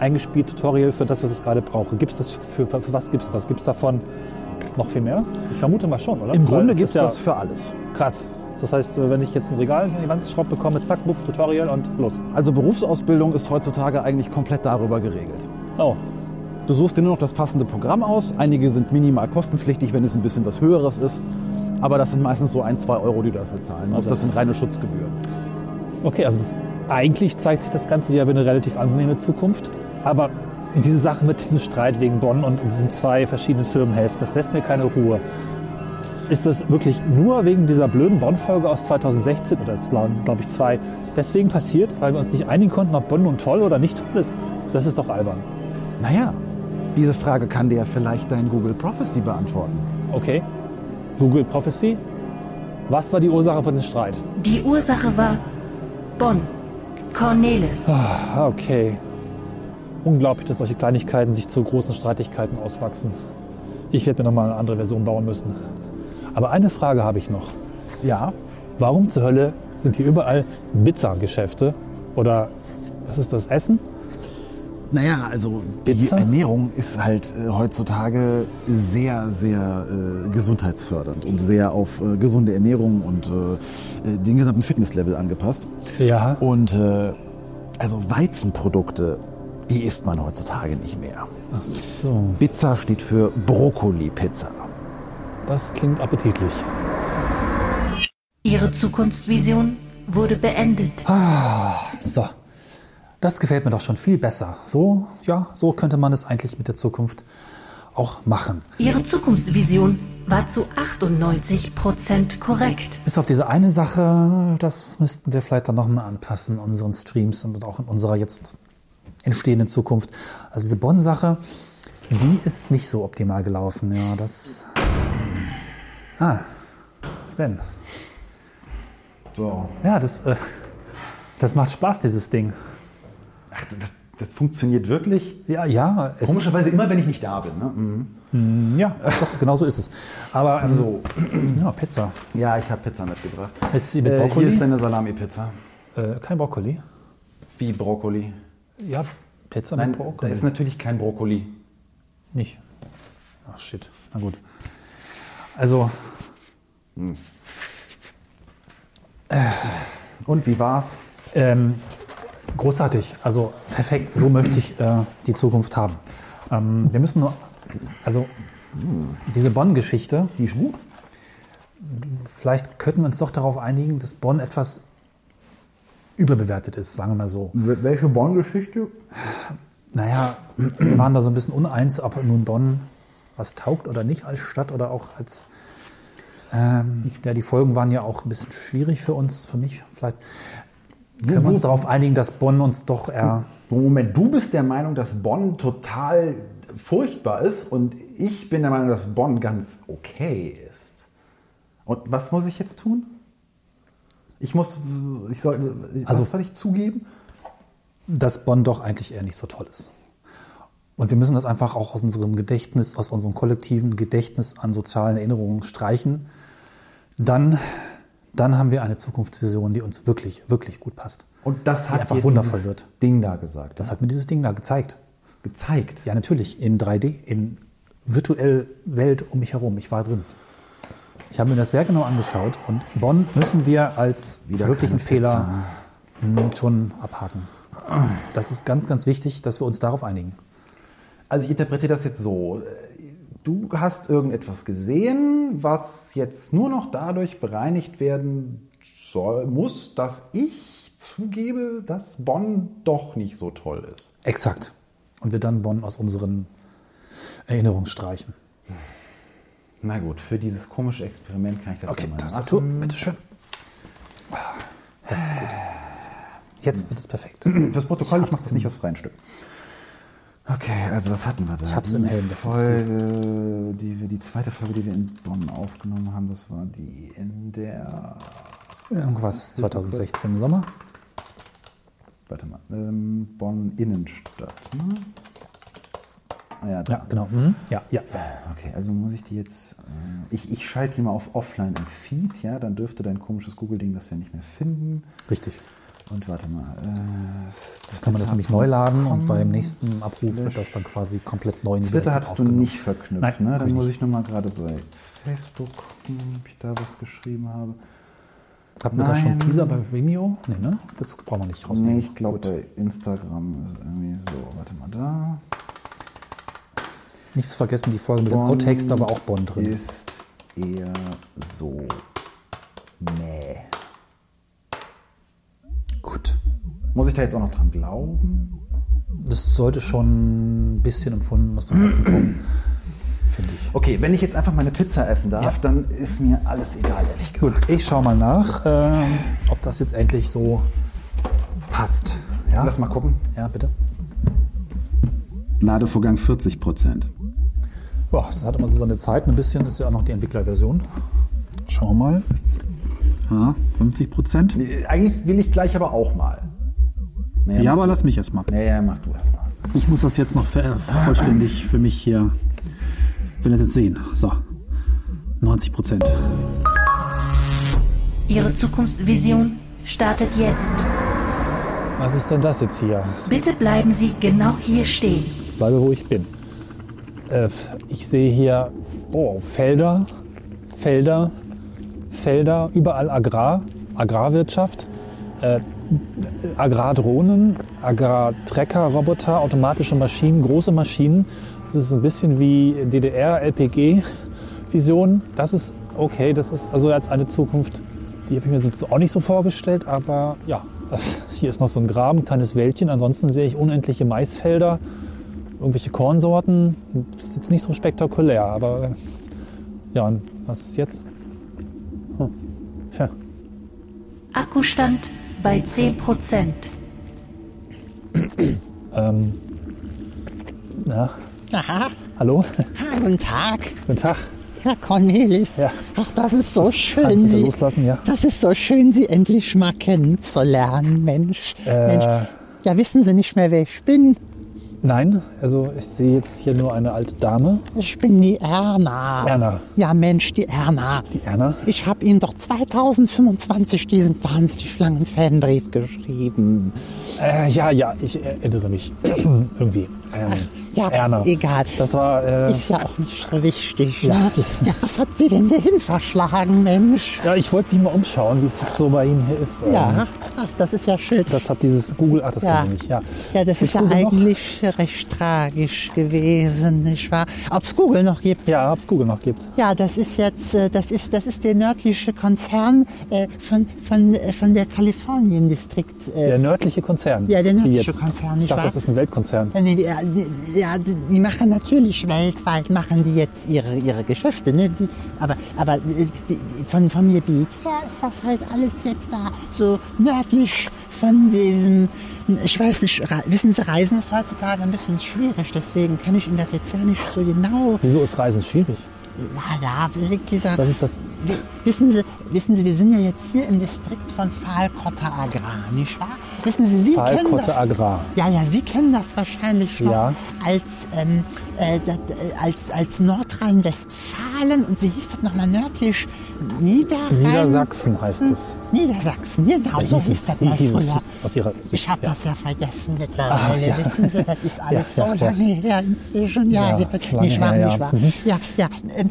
Speaker 3: eingespielt Tutorial für das, was ich gerade brauche. Gibt's das für, für was gibt's das? Gibt's davon noch viel mehr? Ich vermute mal schon, oder?
Speaker 4: Im
Speaker 3: Weil
Speaker 4: Grunde
Speaker 3: es
Speaker 4: gibt's
Speaker 3: ist ja
Speaker 4: das für alles.
Speaker 3: krass. Das heißt, wenn ich jetzt ein Regal an die Wand geschraubt bekomme, zack, buff, Tutorial und los.
Speaker 4: Also Berufsausbildung ist heutzutage eigentlich komplett darüber geregelt.
Speaker 3: Oh,
Speaker 4: Du suchst dir nur noch das passende Programm aus. Einige sind minimal kostenpflichtig, wenn es ein bisschen was Höheres ist. Aber das sind meistens so ein, zwei Euro, die du dafür zahlen musst.
Speaker 3: Also-
Speaker 4: Das sind reine Schutzgebühren.
Speaker 3: Okay, also das, eigentlich zeigt sich das Ganze ja wie eine relativ angenehme Zukunft. Aber diese Sache mit diesem Streit wegen Bonn und diesen zwei verschiedenen Firmenhälften, das lässt mir keine Ruhe. Ist das wirklich nur wegen dieser blöden Bonn-Folge aus 2016 oder es waren, glaube ich, zwei, deswegen passiert, weil wir uns nicht einigen konnten, ob Bonn nun toll oder nicht toll ist? Das ist doch albern.
Speaker 4: Naja, diese Frage kann dir ja vielleicht dein Google Prophecy beantworten.
Speaker 3: Okay, Google Prophecy. Was war die Ursache von dem Streit?
Speaker 5: Die Ursache war Bonn. Cornelis.
Speaker 3: Ah, okay. Unglaublich, dass solche Kleinigkeiten sich zu großen Streitigkeiten auswachsen. Ich werde mir nochmal eine andere Version bauen müssen. Aber eine Frage habe ich noch.
Speaker 4: Ja,
Speaker 3: Warum zur Hölle sind hier überall Pizza-Geschäfte? Oder was ist das, Essen?
Speaker 4: naja, also die
Speaker 3: Pizza?
Speaker 4: Ernährung ist halt äh, heutzutage sehr, sehr äh, gesundheitsfördernd und sehr auf äh, gesunde Ernährung und äh, äh, den gesamten Fitnesslevel angepasst.
Speaker 3: Ja.
Speaker 4: Und äh, also Weizenprodukte, die isst man heutzutage nicht mehr.
Speaker 3: Ach so,
Speaker 4: Pizza steht für Brokkoli-Pizza.
Speaker 3: das klingt appetitlich.
Speaker 5: Ihre Zukunftsvision wurde beendet.
Speaker 3: So, das gefällt mir doch schon viel besser. So, ja, so könnte man es eigentlich mit der Zukunft auch machen.
Speaker 5: Ihre Zukunftsvision war zu 98% korrekt.
Speaker 3: Bis auf diese eine Sache, das müssten wir vielleicht dann nochmal anpassen in unseren Streams und auch in unserer jetzt entstehenden Zukunft. Also diese Bonn-Sache, die ist nicht so optimal gelaufen. Ja, das. Ah, Sven.
Speaker 4: So.
Speaker 3: Ja, das, äh, das macht Spaß, dieses Ding.
Speaker 4: Ach, das, das funktioniert wirklich.
Speaker 3: Ja, ja. Es,
Speaker 4: Komischerweise immer, wenn ich nicht da bin. Ne? Mhm. Also
Speaker 3: Ja, doch, genau so ist es. Aber ähm, so. Ja, Pizza.
Speaker 4: Ja, ich habe Pizza mitgebracht.
Speaker 3: Jetzt die mit
Speaker 4: Äh,
Speaker 3: Brokkoli?
Speaker 4: hier ist deine Salami-Pizza.
Speaker 3: Äh, kein Brokkoli.
Speaker 4: Wie Brokkoli.
Speaker 3: Ja, Pizza
Speaker 4: Nein,
Speaker 3: mit Brokkoli.
Speaker 4: da ist natürlich kein Brokkoli.
Speaker 3: Nicht. Ach shit. Na gut. Also.
Speaker 4: Hm. Und wie war's?
Speaker 3: Ähm, großartig. Also perfekt. So möchte ich äh, die Zukunft haben. Ähm, wir müssen nur. Also, diese Bonn-Geschichte.
Speaker 4: Die ist gut.
Speaker 3: Vielleicht könnten wir uns doch darauf einigen, dass Bonn etwas überbewertet ist, sagen wir mal so.
Speaker 4: Welche Bonn-Geschichte?
Speaker 3: Naja, wir waren da so ein bisschen uneins, ob nun Bonn was taugt oder nicht als Stadt oder auch als. Ähm, ja, die Folgen waren ja auch ein bisschen schwierig für uns, für mich vielleicht. Können wir uns darauf einigen, dass Bonn uns doch eher.
Speaker 4: Moment, du bist der Meinung, dass Bonn total furchtbar ist und ich bin der Meinung, dass Bonn ganz okay ist. Und was muss ich jetzt tun? Ich muss, ich sollte, also, soll ich zugeben?
Speaker 3: Dass Bonn doch eigentlich eher nicht so toll ist. Und wir müssen das einfach auch aus unserem Gedächtnis, aus unserem kollektiven Gedächtnis an sozialen Erinnerungen streichen. Dann, dann haben wir eine Zukunftsvision, die uns wirklich, wirklich gut passt.
Speaker 4: Und das hat
Speaker 3: einfach
Speaker 4: dir
Speaker 3: wundervoll
Speaker 4: dieses
Speaker 3: wird.
Speaker 4: Ding da gesagt.
Speaker 3: Das
Speaker 4: ja?
Speaker 3: hat mir dieses Ding da gezeigt.
Speaker 4: gezeigt.
Speaker 3: Ja, natürlich, in 3D, in virtuell Welt um mich herum. Ich war drin. Ich habe mir das sehr genau angeschaut und Bonn müssen wir als
Speaker 4: Wieder
Speaker 3: wirklichen
Speaker 4: keine
Speaker 3: Fehler mh, schon abhaken. Das ist ganz, ganz wichtig, dass wir uns darauf einigen.
Speaker 4: Also ich interpretiere das jetzt so. Du hast irgendetwas gesehen, was jetzt nur noch dadurch bereinigt werden soll, muss, dass ich zugebe, dass Bonn doch nicht so toll ist.
Speaker 3: Exakt. Und wir dann Bonn aus unseren Erinnerungen streichen.
Speaker 4: Na gut, für dieses komische Experiment kann ich das
Speaker 3: Okay,
Speaker 4: ja mal
Speaker 3: Tastatur,
Speaker 4: machen.
Speaker 3: bitteschön. Das ist gut. Jetzt wird es perfekt.
Speaker 4: Fürs Protokoll, ich mache das nicht aus freien Stück. Okay, also was hatten wir da?
Speaker 3: Ich hab's
Speaker 4: die
Speaker 3: im Helm, das ist
Speaker 4: Folge, die wir, die zweite Folge, die wir in Bonn aufgenommen haben, das war die in der.
Speaker 3: Irgendwas 2016 im Sommer.
Speaker 4: Warte mal, ähm, Bonn Innenstadt. Ne? Ah ja, da.
Speaker 3: Ja, genau. Mhm. Ja, ja.
Speaker 4: Okay, also muss ich die jetzt. Äh, ich ich schalte die mal auf Offline im Feed, ja, dann dürfte dein komisches Google-Ding das ja nicht mehr finden.
Speaker 3: Richtig.
Speaker 4: Und warte mal. Äh, das
Speaker 3: Kann man das nämlich neu laden und beim nächsten Abruf wird das dann quasi komplett neu in die
Speaker 4: Twitter
Speaker 3: Welt
Speaker 4: hattest du
Speaker 3: aufgenommen.
Speaker 4: nicht verknüpft,
Speaker 3: Nein,
Speaker 4: ne?
Speaker 3: hab
Speaker 4: Dann
Speaker 3: ich
Speaker 4: muss
Speaker 3: nicht.
Speaker 4: ich nochmal gerade bei Facebook gucken, ob ich da was geschrieben habe.
Speaker 3: Hatten wir da schon
Speaker 4: Nein.
Speaker 3: Teaser bei Vimeo? Nee, ne? Das brauchen wir nicht rausnehmen.
Speaker 4: Nee, ich glaube bei Instagram ist irgendwie so. Warte mal, da
Speaker 3: Nichts vergessen, die Folge mit dem
Speaker 4: Bonn
Speaker 3: Outtakes, da war auch Bonn drin.
Speaker 4: ist eher so. Nee.
Speaker 3: Gut.
Speaker 4: Muss ich da jetzt auch noch dran glauben?
Speaker 3: Das sollte schon ein bisschen empfunden aus dem Herzen kommen, finde ich.
Speaker 4: Okay, wenn ich jetzt einfach meine Pizza essen darf,
Speaker 3: Ja.
Speaker 4: dann ist mir alles egal, ehrlich gesagt.
Speaker 3: Gut, ich schaue mal nach, ähm, ob das jetzt endlich so passt. Ja,
Speaker 4: Lass mal gucken.
Speaker 3: ja bitte.
Speaker 7: Ladevorgang 40 Prozent.
Speaker 3: Boah, das hat immer so seine Zeit. Ein bisschen ist ja auch noch die Entwicklerversion. Schauen wir mal.
Speaker 6: Ja, 50 Prozent.
Speaker 4: Äh, Eigentlich will ich gleich aber auch mal. Nee,
Speaker 6: Ja,
Speaker 4: mach
Speaker 6: aber
Speaker 4: du.
Speaker 6: lass mich erstmal.
Speaker 4: Nee, ja, mach du erst mal.
Speaker 6: Ich muss das jetzt noch ver- äh, vollständig für mich hier. Ich will das jetzt sehen. So. 90 Prozent.
Speaker 5: Ihre Zukunftsvision startet jetzt.
Speaker 3: Was ist denn das jetzt hier?
Speaker 5: Bitte bleiben Sie genau hier stehen.
Speaker 3: Ich bleibe, wo ich bin. Äh, ich sehe hier oh, Felder, Felder, Felder, überall Agrar, Agrarwirtschaft, äh, Agrardrohnen, Agrartrecker, Roboter, automatische Maschinen, große Maschinen. Das ist ein bisschen wie DDR-LPG-Vision. Das ist okay, das ist also jetzt eine Zukunft, die habe ich mir jetzt auch nicht so vorgestellt, aber ja. Hier ist noch so ein Graben, kleines Wäldchen. Ansonsten sehe ich unendliche Maisfelder, irgendwelche Kornsorten. Das ist jetzt nicht so spektakulär, aber äh, ja, und was ist jetzt? Hm. Tja,
Speaker 5: Akkustand bei 10%.
Speaker 3: ähm, na,
Speaker 10: Aha,
Speaker 3: hallo,
Speaker 10: Ah, guten Tag,
Speaker 3: guten Tag.
Speaker 10: Herr Cornelis.
Speaker 3: Ja.
Speaker 10: Ach, das ist so
Speaker 3: Kann ich
Speaker 10: schön,
Speaker 3: bitte
Speaker 10: Sie.
Speaker 3: loslassen, ja.
Speaker 10: Das ist so schön, Sie endlich mal kennenzulernen, Mensch.
Speaker 3: Äh.
Speaker 10: Mensch. Ja, wissen Sie nicht mehr, wer ich bin?
Speaker 3: Nein, also ich sehe jetzt hier nur eine alte Dame.
Speaker 10: Ich bin die Erna.
Speaker 3: Erna.
Speaker 10: Ja, Mensch, die Erna.
Speaker 3: Die Erna?
Speaker 10: Ich habe Ihnen doch 2025 diesen wahnsinnig langen Fanbrief geschrieben.
Speaker 3: Äh, ja, ja, ich erinnere mich irgendwie. Ähm,
Speaker 10: Ja,
Speaker 3: Erna.
Speaker 10: egal.
Speaker 3: Das war. Äh,
Speaker 10: Ist ja auch nicht so wichtig.
Speaker 3: Ja.
Speaker 10: Ne? Ja, was hat sie denn hierhin verschlagen, Mensch?
Speaker 3: ja, ich wollte mich mal umschauen, wie es jetzt so bei Ihnen hier ist. Ähm,
Speaker 10: Ja, ach, das ist ja schön.
Speaker 3: Das hat dieses Google. Ach, das
Speaker 10: Ja.
Speaker 3: ja. ich nicht. Ja,
Speaker 10: Ja, das ist ja
Speaker 3: Google noch?
Speaker 10: eigentlich recht tragisch gewesen, nicht wahr? Ob es Google noch gibt?
Speaker 3: Ja, ob es Google noch gibt.
Speaker 10: Ja, das ist jetzt, äh, das ist, das ist der nördliche Konzern äh, von, von, äh, von der Kalifornien-Distrikt. äh,
Speaker 3: Der nördliche Konzern.
Speaker 10: Ja, der
Speaker 3: Wie
Speaker 10: nördliche
Speaker 3: jetzt?
Speaker 10: Konzern,
Speaker 3: Ich
Speaker 10: nicht
Speaker 3: dachte,
Speaker 10: wahr?
Speaker 3: das ist ein Weltkonzern.
Speaker 10: Ja, nee, die, ja, die, ja, die die machen natürlich weltweit, machen die jetzt ihre, ihre Geschäfte. Ne? Die, aber aber die, die, von, vom Gebiet her ist das halt alles jetzt da so nördlich von diesem, ich weiß nicht, Re- wissen Sie, Reisen ist heutzutage ein bisschen schwierig, deswegen kann ich Ihnen das jetzt ja nicht so genau,
Speaker 3: Wieso ist Reisen schwierig?
Speaker 10: ja, ja, wie gesagt,
Speaker 3: Was ist das?
Speaker 10: wi- wissen Sie, wissen Sie, wir sind ja jetzt hier im Distrikt von Pfahlkotter Agrar, nicht wahr? Wissen Sie, Sie kennen das.
Speaker 3: Pfahlkotte Agrar.
Speaker 10: Ja, ja, Sie kennen das wahrscheinlich noch
Speaker 3: Ja.
Speaker 10: als, ähm, äh, das, äh, als, als Nordrhein-Westfalen und wie hieß das nochmal nördlich? Niederrhein.
Speaker 3: Niedersachsen heißt es.
Speaker 10: Niedersachsen, genau, so hieß das mal
Speaker 3: hieß es
Speaker 10: früher.
Speaker 3: aus ihrer Sicht.
Speaker 10: Ich habe
Speaker 3: ja.
Speaker 10: das ja vergessen mittlerweile.
Speaker 3: Ah, ja.
Speaker 10: Wissen Sie, das ist alles
Speaker 3: Ja, ja,
Speaker 10: so
Speaker 3: ja.
Speaker 10: lange her inzwischen. Ja,
Speaker 3: Ja,
Speaker 10: nicht
Speaker 3: lange her,
Speaker 10: wahr,
Speaker 3: ja.
Speaker 10: nicht wahr.
Speaker 3: Mhm.
Speaker 10: Ja, ja. Ähm,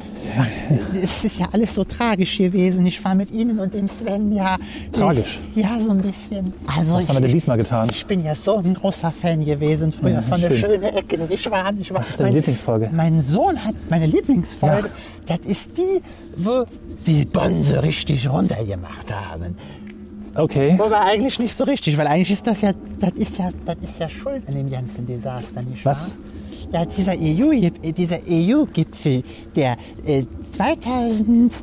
Speaker 10: es ist ja alles so tragisch gewesen. Ich war mit Ihnen und dem Sven ja.
Speaker 3: Tragisch?
Speaker 10: Ja, so ein bisschen. Also
Speaker 3: Was haben wir denn
Speaker 10: ich,
Speaker 3: diesmal getan?
Speaker 10: ich bin ja so ein großer Fan gewesen früher
Speaker 3: Ja,
Speaker 10: von der
Speaker 3: schön.
Speaker 10: schönen Ecke. Ich war, ich war. Was
Speaker 3: ist deine Lieblingsfolge?
Speaker 10: Mein Sohn hat meine Lieblingsfolge. Das ist die, wo sie Bonse richtig runtergemacht haben.
Speaker 3: Okay.
Speaker 10: Wobei eigentlich nicht so richtig, weil eigentlich ist das ja, das ist ja, das ist ja schuld an dem ganzen Desaster, nicht
Speaker 3: Was?
Speaker 10: wahr? Ja, dieser E EU, -Gip- äh, dieser EU-Gipfel, der äh, 2000,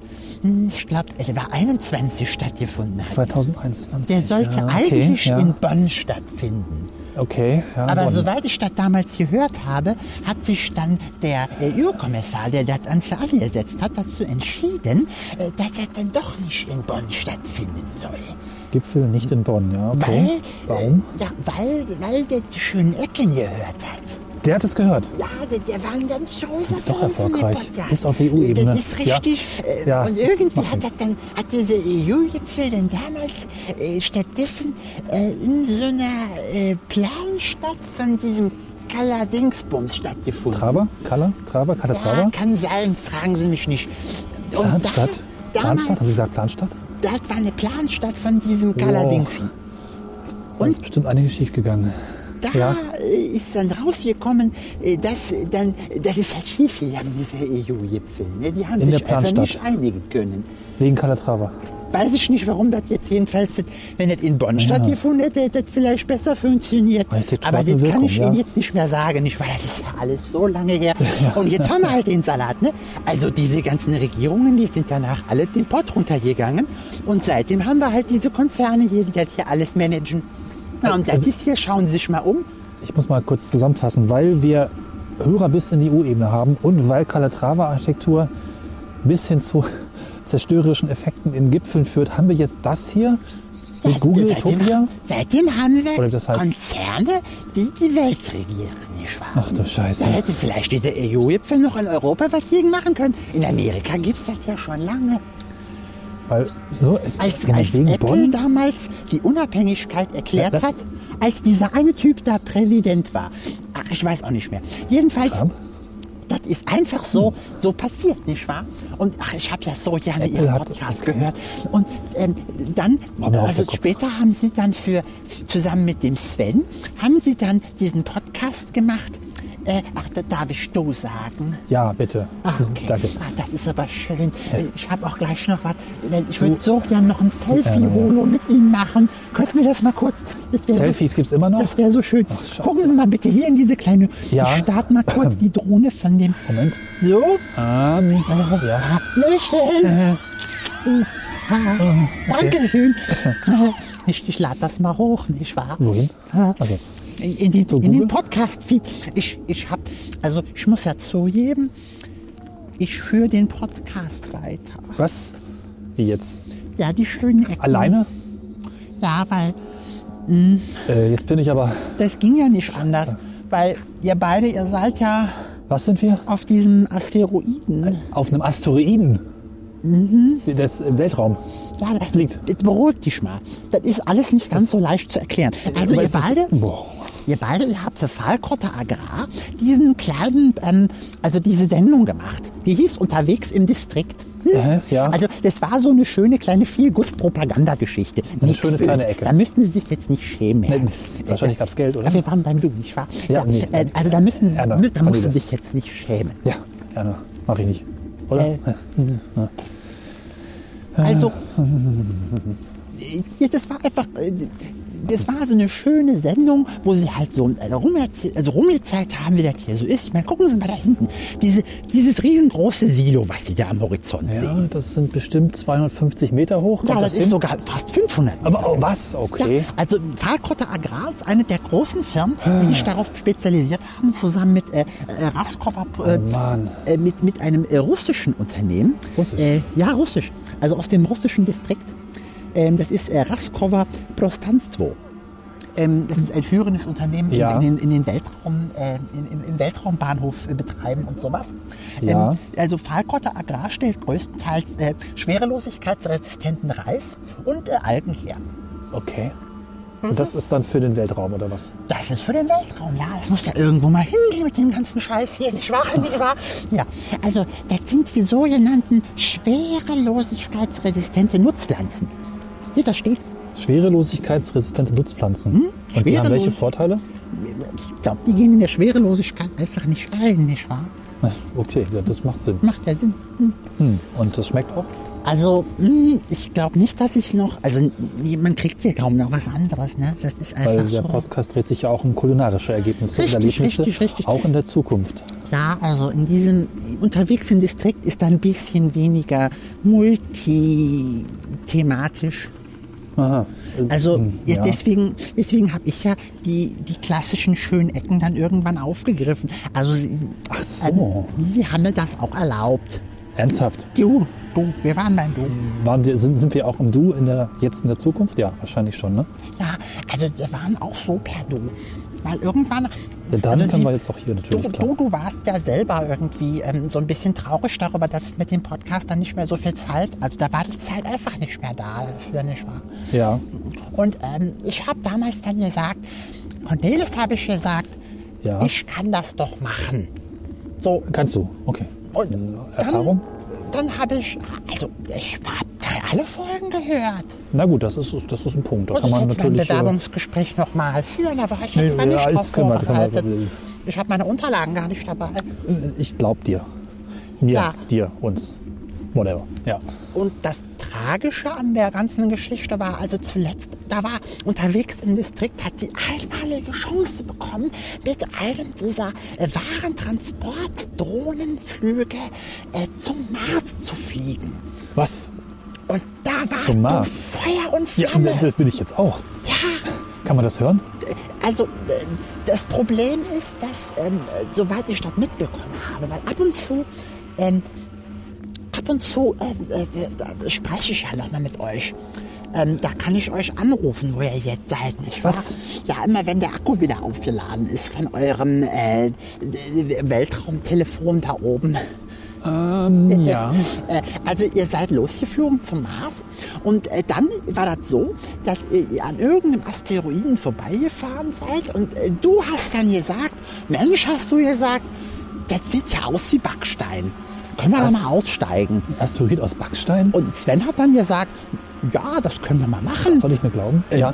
Speaker 10: hm, ich glaube, der war 21 stattgefunden hat.
Speaker 3: 2021.
Speaker 10: Der sollte
Speaker 3: ja, okay,
Speaker 10: eigentlich
Speaker 3: ja.
Speaker 10: in Bonn stattfinden.
Speaker 3: Okay, ja.
Speaker 10: Aber
Speaker 3: Bonn.
Speaker 10: soweit ich das damals gehört habe, hat sich dann der äh, EU-Kommissar, der das ans Saal gesetzt hat, dazu entschieden, äh, dass das dann doch nicht in Bonn stattfinden soll.
Speaker 3: Gipfel nicht in Bonn, ja. Okay.
Speaker 10: Weil, äh,
Speaker 3: Warum?
Speaker 10: ja, weil, weil der die schönen Ecken gehört hat.
Speaker 3: Der hat es gehört.
Speaker 10: Ja, der, der war ein ganz großer
Speaker 3: Doch
Speaker 10: Fan von dem
Speaker 3: erfolgreich.
Speaker 10: Podcast.
Speaker 3: Bis auf EU-Ebene.
Speaker 10: Das ist
Speaker 3: Ja.
Speaker 10: richtig. Äh,
Speaker 3: Ja,
Speaker 10: und
Speaker 3: es ist-
Speaker 10: irgendwie
Speaker 3: macht
Speaker 10: hat, das dann, hat dieser EU-Gipfel dann damals äh, stattdessen äh, in so einer äh, Planstadt von diesem Kaladingsbums stattgefunden.
Speaker 3: Traber? Kala? Traber? Kala
Speaker 10: ja,
Speaker 3: Traber?
Speaker 10: kann sein, fragen Sie mich nicht. Und
Speaker 3: Planstadt?
Speaker 10: Da,
Speaker 3: Planstadt? Haben Sie
Speaker 10: damals,
Speaker 3: gesagt Planstadt?
Speaker 10: das war eine Planstadt von diesem Kaladings.
Speaker 3: Da ist bestimmt einiges schief gegangen.
Speaker 10: da
Speaker 3: Ja.
Speaker 10: äh, ist dann rausgekommen, äh, dass äh, dann, das ist halt schiefgegangen, dieser EU-Gipfel. Ne? Die haben
Speaker 3: In
Speaker 10: sich
Speaker 3: der
Speaker 10: einfach nicht
Speaker 3: Planstadt.
Speaker 10: einigen können.
Speaker 3: Wegen Calatrava.
Speaker 10: Weiß ich nicht, warum das jetzt jedenfalls, das- wenn das in Bonn stattgefunden hätte, hätte das vielleicht besser funktioniert.
Speaker 3: Richtig,
Speaker 10: Aber das
Speaker 3: Halt Torte
Speaker 10: kann
Speaker 3: Wirkung,
Speaker 10: ich
Speaker 3: ja.
Speaker 10: Ihnen jetzt nicht mehr sagen, nicht, weil das ist ja alles so lange her. Und jetzt haben wir halt den Salat. Ne? Also diese ganzen Regierungen, die sind danach alle den Pott runtergegangen. Und seitdem haben wir halt diese Konzerne hier, die das hier alles managen. Na, und
Speaker 3: Also
Speaker 10: das ist hier, schauen Sie sich mal um.
Speaker 3: Ich muss mal kurz zusammenfassen, weil wir Hörer bis in die EU-Ebene haben und weil Calatrava-Architektur bis hin zu zerstörerischen Effekten in Gipfeln führt, haben wir jetzt das hier mit
Speaker 10: Ja,
Speaker 3: Google
Speaker 10: seitdem,
Speaker 3: Topia.
Speaker 10: seitdem haben wir
Speaker 3: Oder das heißt-
Speaker 10: Konzerne, die die Welt regieren, nicht wahr?
Speaker 3: Ach du
Speaker 10: Da
Speaker 3: Scheiße.
Speaker 10: hätte vielleicht dieser EU-Gipfel noch in Europa was gegen machen können. In Amerika gibt es das ja schon lange.
Speaker 3: Weil, so, es
Speaker 10: Als,
Speaker 3: wegen
Speaker 10: als Apple
Speaker 3: Bonn?
Speaker 10: damals die Unabhängigkeit erklärt
Speaker 3: Ja, das-
Speaker 10: hat, als dieser eine Typ da Präsident war. Ach, ich weiß auch nicht mehr. Jedenfalls,
Speaker 3: Trump?
Speaker 10: das ist einfach so, so passiert, nicht wahr? Und ach, ich habe ja so gerne
Speaker 3: Apple
Speaker 10: Ihren
Speaker 3: hat-
Speaker 10: Podcast
Speaker 3: okay.
Speaker 10: gehört. Und ähm, dann,
Speaker 3: War mir auch
Speaker 10: also
Speaker 3: der Kopf.
Speaker 10: später haben Sie dann für, zusammen mit dem Sven, haben Sie dann diesen Podcast gemacht. Äh, ach, da darf ich du sagen.
Speaker 3: Ja, bitte.
Speaker 10: Ah, okay.
Speaker 3: Mhm, Danke.
Speaker 10: Ah, das ist aber schön. Äh, Ich habe auch gleich noch was. weil Ich würde so gern noch ein Selfie-Holo mit Ihnen machen. Könnten wir das mal kurz? Das wär
Speaker 3: Selfies
Speaker 10: so,
Speaker 3: gibt's immer noch?
Speaker 10: Das wäre so schön.
Speaker 3: Scheiße.
Speaker 10: Gucken Sie mal bitte hier in diese kleine.
Speaker 3: Ja.
Speaker 10: Ich starte mal kurz die Drohne von dem.
Speaker 3: Moment.
Speaker 10: So.
Speaker 3: Ähm, ja. Äh.
Speaker 10: Lächeln.
Speaker 3: Oh,
Speaker 10: Dankeschön. Oh, Ich, ich lade das mal hoch, nicht wahr?
Speaker 3: Wohin?
Speaker 4: Ah.
Speaker 10: Ja.
Speaker 3: Also,
Speaker 10: In, in, den,
Speaker 3: Zu
Speaker 10: in den
Speaker 3: Google?
Speaker 10: Podcast-Feed. Ich, ich hab, also ich muss ja zugeben, ich führe den Podcast weiter.
Speaker 3: was? Wie jetzt?
Speaker 10: Ja, die schönen Ecken.
Speaker 3: Alleine?
Speaker 10: Ja, weil
Speaker 3: Äh, jetzt bin ich aber.
Speaker 10: das ging ja nicht anders. Weil ihr beide, ihr seid ja
Speaker 3: Was sind wir?
Speaker 10: auf diesem Asteroiden.
Speaker 3: Auf einem Asteroiden. Mhm. Das äh, Weltraum.
Speaker 10: Ja, das
Speaker 3: Fliegt.
Speaker 10: Jetzt beruhigt dich mal. Das ist alles nicht ganz so leicht zu erklären. Also
Speaker 3: Aber
Speaker 10: ihr
Speaker 3: es ist-
Speaker 10: beide,
Speaker 3: Boah.
Speaker 4: ihr beide, ihr habt für Falkotter Agrar diesen kleinen, ähm, also diese Sendung gemacht. Die hieß Unterwegs im Distrikt. Hm.
Speaker 9: ja.
Speaker 4: Also das war so eine schöne kleine Feel-Good-Propagandageschichte.
Speaker 9: Eine
Speaker 4: Nichts
Speaker 9: schöne kleine Ecke.
Speaker 4: Da müssten Sie sich jetzt nicht schämen.
Speaker 9: Nein, wahrscheinlich gab's Geld, oder?
Speaker 4: Ja, wir waren beim Du, nicht wahr?
Speaker 9: Ja, nee,
Speaker 4: äh,
Speaker 9: nein.
Speaker 4: also da müssen Sie,
Speaker 9: Erna,
Speaker 4: da musst du
Speaker 9: Cornelius.
Speaker 4: dich jetzt nicht schämen.
Speaker 9: Ja, gerne. Mach ich nicht. Oder?
Speaker 4: Äh,
Speaker 9: Ja.
Speaker 4: Also, ja, das war einfach, äh, das war so eine schöne Sendung, wo sie halt so also rumerzäh- also rumgezeigt haben, wie das hier so ist. Ich meine, gucken Sie mal da hinten, diese, dieses riesengroße Silo, was Sie da am Horizont sehen.
Speaker 9: Ja, das sind bestimmt 250 Meter hoch. Kommt
Speaker 4: Ja, das ist
Speaker 9: hin?
Speaker 4: sogar fast 500 Meter.
Speaker 9: Aber oh, was? Okay. Ah.
Speaker 4: Ja, also Fahrkotter Agrar ist eine der großen Firmen, die sich darauf spezialisiert haben, zusammen mit äh, äh, Raskova, äh,
Speaker 9: Oh
Speaker 4: äh, mit, mit einem äh, russischen Unternehmen. Russisch? Äh, ja, russisch. Also aus dem russischen Distrikt. Ähm, das ist äh, Raskova Prostanstvo. Ähm, das ist ein führendes Unternehmen in-
Speaker 9: Ja.
Speaker 4: in, den, in den Weltraum, äh, in, in, im Weltraumbahnhof äh, betreiben und sowas.
Speaker 9: Ja.
Speaker 4: Ähm, also Fahlkotter Agrar stellt größtenteils äh, schwerelosigkeitsresistenten Reis und äh, Algen her.
Speaker 9: Okay. Und das ist dann für den Weltraum oder was?
Speaker 4: Das ist für den Weltraum, ja. Das muss ja irgendwo mal hingehen mit dem ganzen Scheiß hier, nicht wahr? Nicht wahr? Ja, also das sind die sogenannten schwerelosigkeitsresistente Nutzpflanzen. Hier, da steht's.
Speaker 9: Schwerelosigkeitsresistente Nutzpflanzen. Und die haben
Speaker 4: Hm? schwerelos-
Speaker 9: welche Vorteile?
Speaker 4: Ich glaube, die gehen in der Schwerelosigkeit einfach nicht ein, nicht wahr?
Speaker 9: Okay, ja, das macht Sinn.
Speaker 4: Macht ja Sinn. Hm.
Speaker 9: Hm. Und das schmeckt auch?
Speaker 4: Also, mh, ich glaube nicht, dass ich noch. Also, nee, man kriegt hier kaum noch was anderes, ne? Das ist einfach
Speaker 9: Weil
Speaker 4: so.
Speaker 9: der Podcast dreht sich ja auch um kulinarische Ergebnisse und
Speaker 4: Richtig,
Speaker 9: Erlebnisse,
Speaker 4: richtig, richtig.
Speaker 9: auch in der Zukunft.
Speaker 4: Ja, also in diesem unterwegs im Distrikt ist da ein bisschen weniger multithematisch.
Speaker 9: Aha.
Speaker 4: Also
Speaker 9: Hm,
Speaker 4: ja.
Speaker 9: ja.
Speaker 4: deswegen, deswegen habe ich ja die, die klassischen schönen Ecken dann irgendwann aufgegriffen. Also sie,
Speaker 9: so.
Speaker 4: ähm, sie haben mir das auch erlaubt.
Speaker 9: Ernsthaft?
Speaker 4: Du, du, wir waren beim Du.
Speaker 9: Waren wir, sind, sind wir auch im Du in der, jetzt in der Zukunft? Ja, wahrscheinlich schon, ne?
Speaker 4: Ja, also wir waren auch so per Du. Weil irgendwann.
Speaker 9: Ja, dann
Speaker 4: also
Speaker 9: können
Speaker 4: sie-
Speaker 9: wir jetzt auch hier
Speaker 4: Du,
Speaker 9: natürlich, klar.
Speaker 4: du, du warst ja selber irgendwie ähm, so ein bisschen traurig darüber, dass es mit dem Podcast dann nicht mehr so viel Zeit, also da war die Zeit einfach nicht mehr da dafür, nicht wahr?
Speaker 9: Ja.
Speaker 4: Und ähm, ich habe damals dann gesagt, Cornelis habe ich gesagt,
Speaker 9: Ja.
Speaker 4: ich kann das doch machen. So,
Speaker 9: Kannst du, okay. Äh,
Speaker 4: und
Speaker 9: Hm. Erfahrung?
Speaker 4: dann, dann habe ich, also ich habe alle Folgen gehört.
Speaker 9: Na gut, das ist, das ist ein Punkt. Da
Speaker 4: Muss ich
Speaker 9: kann man
Speaker 4: Oh, jetzt mein
Speaker 9: natürlich. äh,
Speaker 4: Bewerbungsgespräch nochmal führen? Da war ich jetzt
Speaker 9: Nee,
Speaker 4: mal nicht
Speaker 9: ja,
Speaker 4: drauf
Speaker 9: ist- können wir- können wir-
Speaker 4: vorbereitet. Ich habe meine Unterlagen gar nicht dabei.
Speaker 9: äh, Ich glaub dir. Mir,
Speaker 4: Ja.
Speaker 9: dir, uns. Whatever. Ja.
Speaker 4: Und das Tragische an der ganzen Geschichte war, also zuletzt, da war unterwegs im Distrikt, hat die einmalige Chance bekommen, mit einem dieser äh, Warentransportdrohnenflüge äh, zum Mars zu fliegen.
Speaker 9: Was?
Speaker 4: Und da warst
Speaker 9: Zum
Speaker 4: du
Speaker 9: Mars?
Speaker 4: Feuer und
Speaker 9: Ja,
Speaker 4: Flamme.
Speaker 9: das bin ich jetzt auch.
Speaker 4: ja.
Speaker 9: Kann man das hören?
Speaker 4: Also, äh, das Problem ist, dass, ähm, äh, soweit ich das mitbekommen habe, weil ab und zu, ähm, ab und zu ähm, äh, da spreche ich ja nochmal mit euch. Ähm, da kann ich euch anrufen, wo ihr jetzt seid, nicht Was? Wahr? Ja, immer wenn der Akku wieder aufgeladen ist von eurem äh, Weltraumtelefon da oben.
Speaker 9: Ähm, ja.
Speaker 4: Äh, Also ihr seid losgeflogen zum Mars und äh, dann war das so, dass äh, ihr an irgendeinem Asteroiden vorbeigefahren seid und äh, du hast dann gesagt, Mensch, hast du gesagt, das sieht ja aus wie Backstein. Können wir da
Speaker 9: Was?
Speaker 4: mal aussteigen?
Speaker 9: Asteroid aus Backstein?
Speaker 4: Und Sven hat dann gesagt, ja, das können wir mal machen.
Speaker 9: Soll ich mir glauben?
Speaker 4: Äh,
Speaker 9: ja.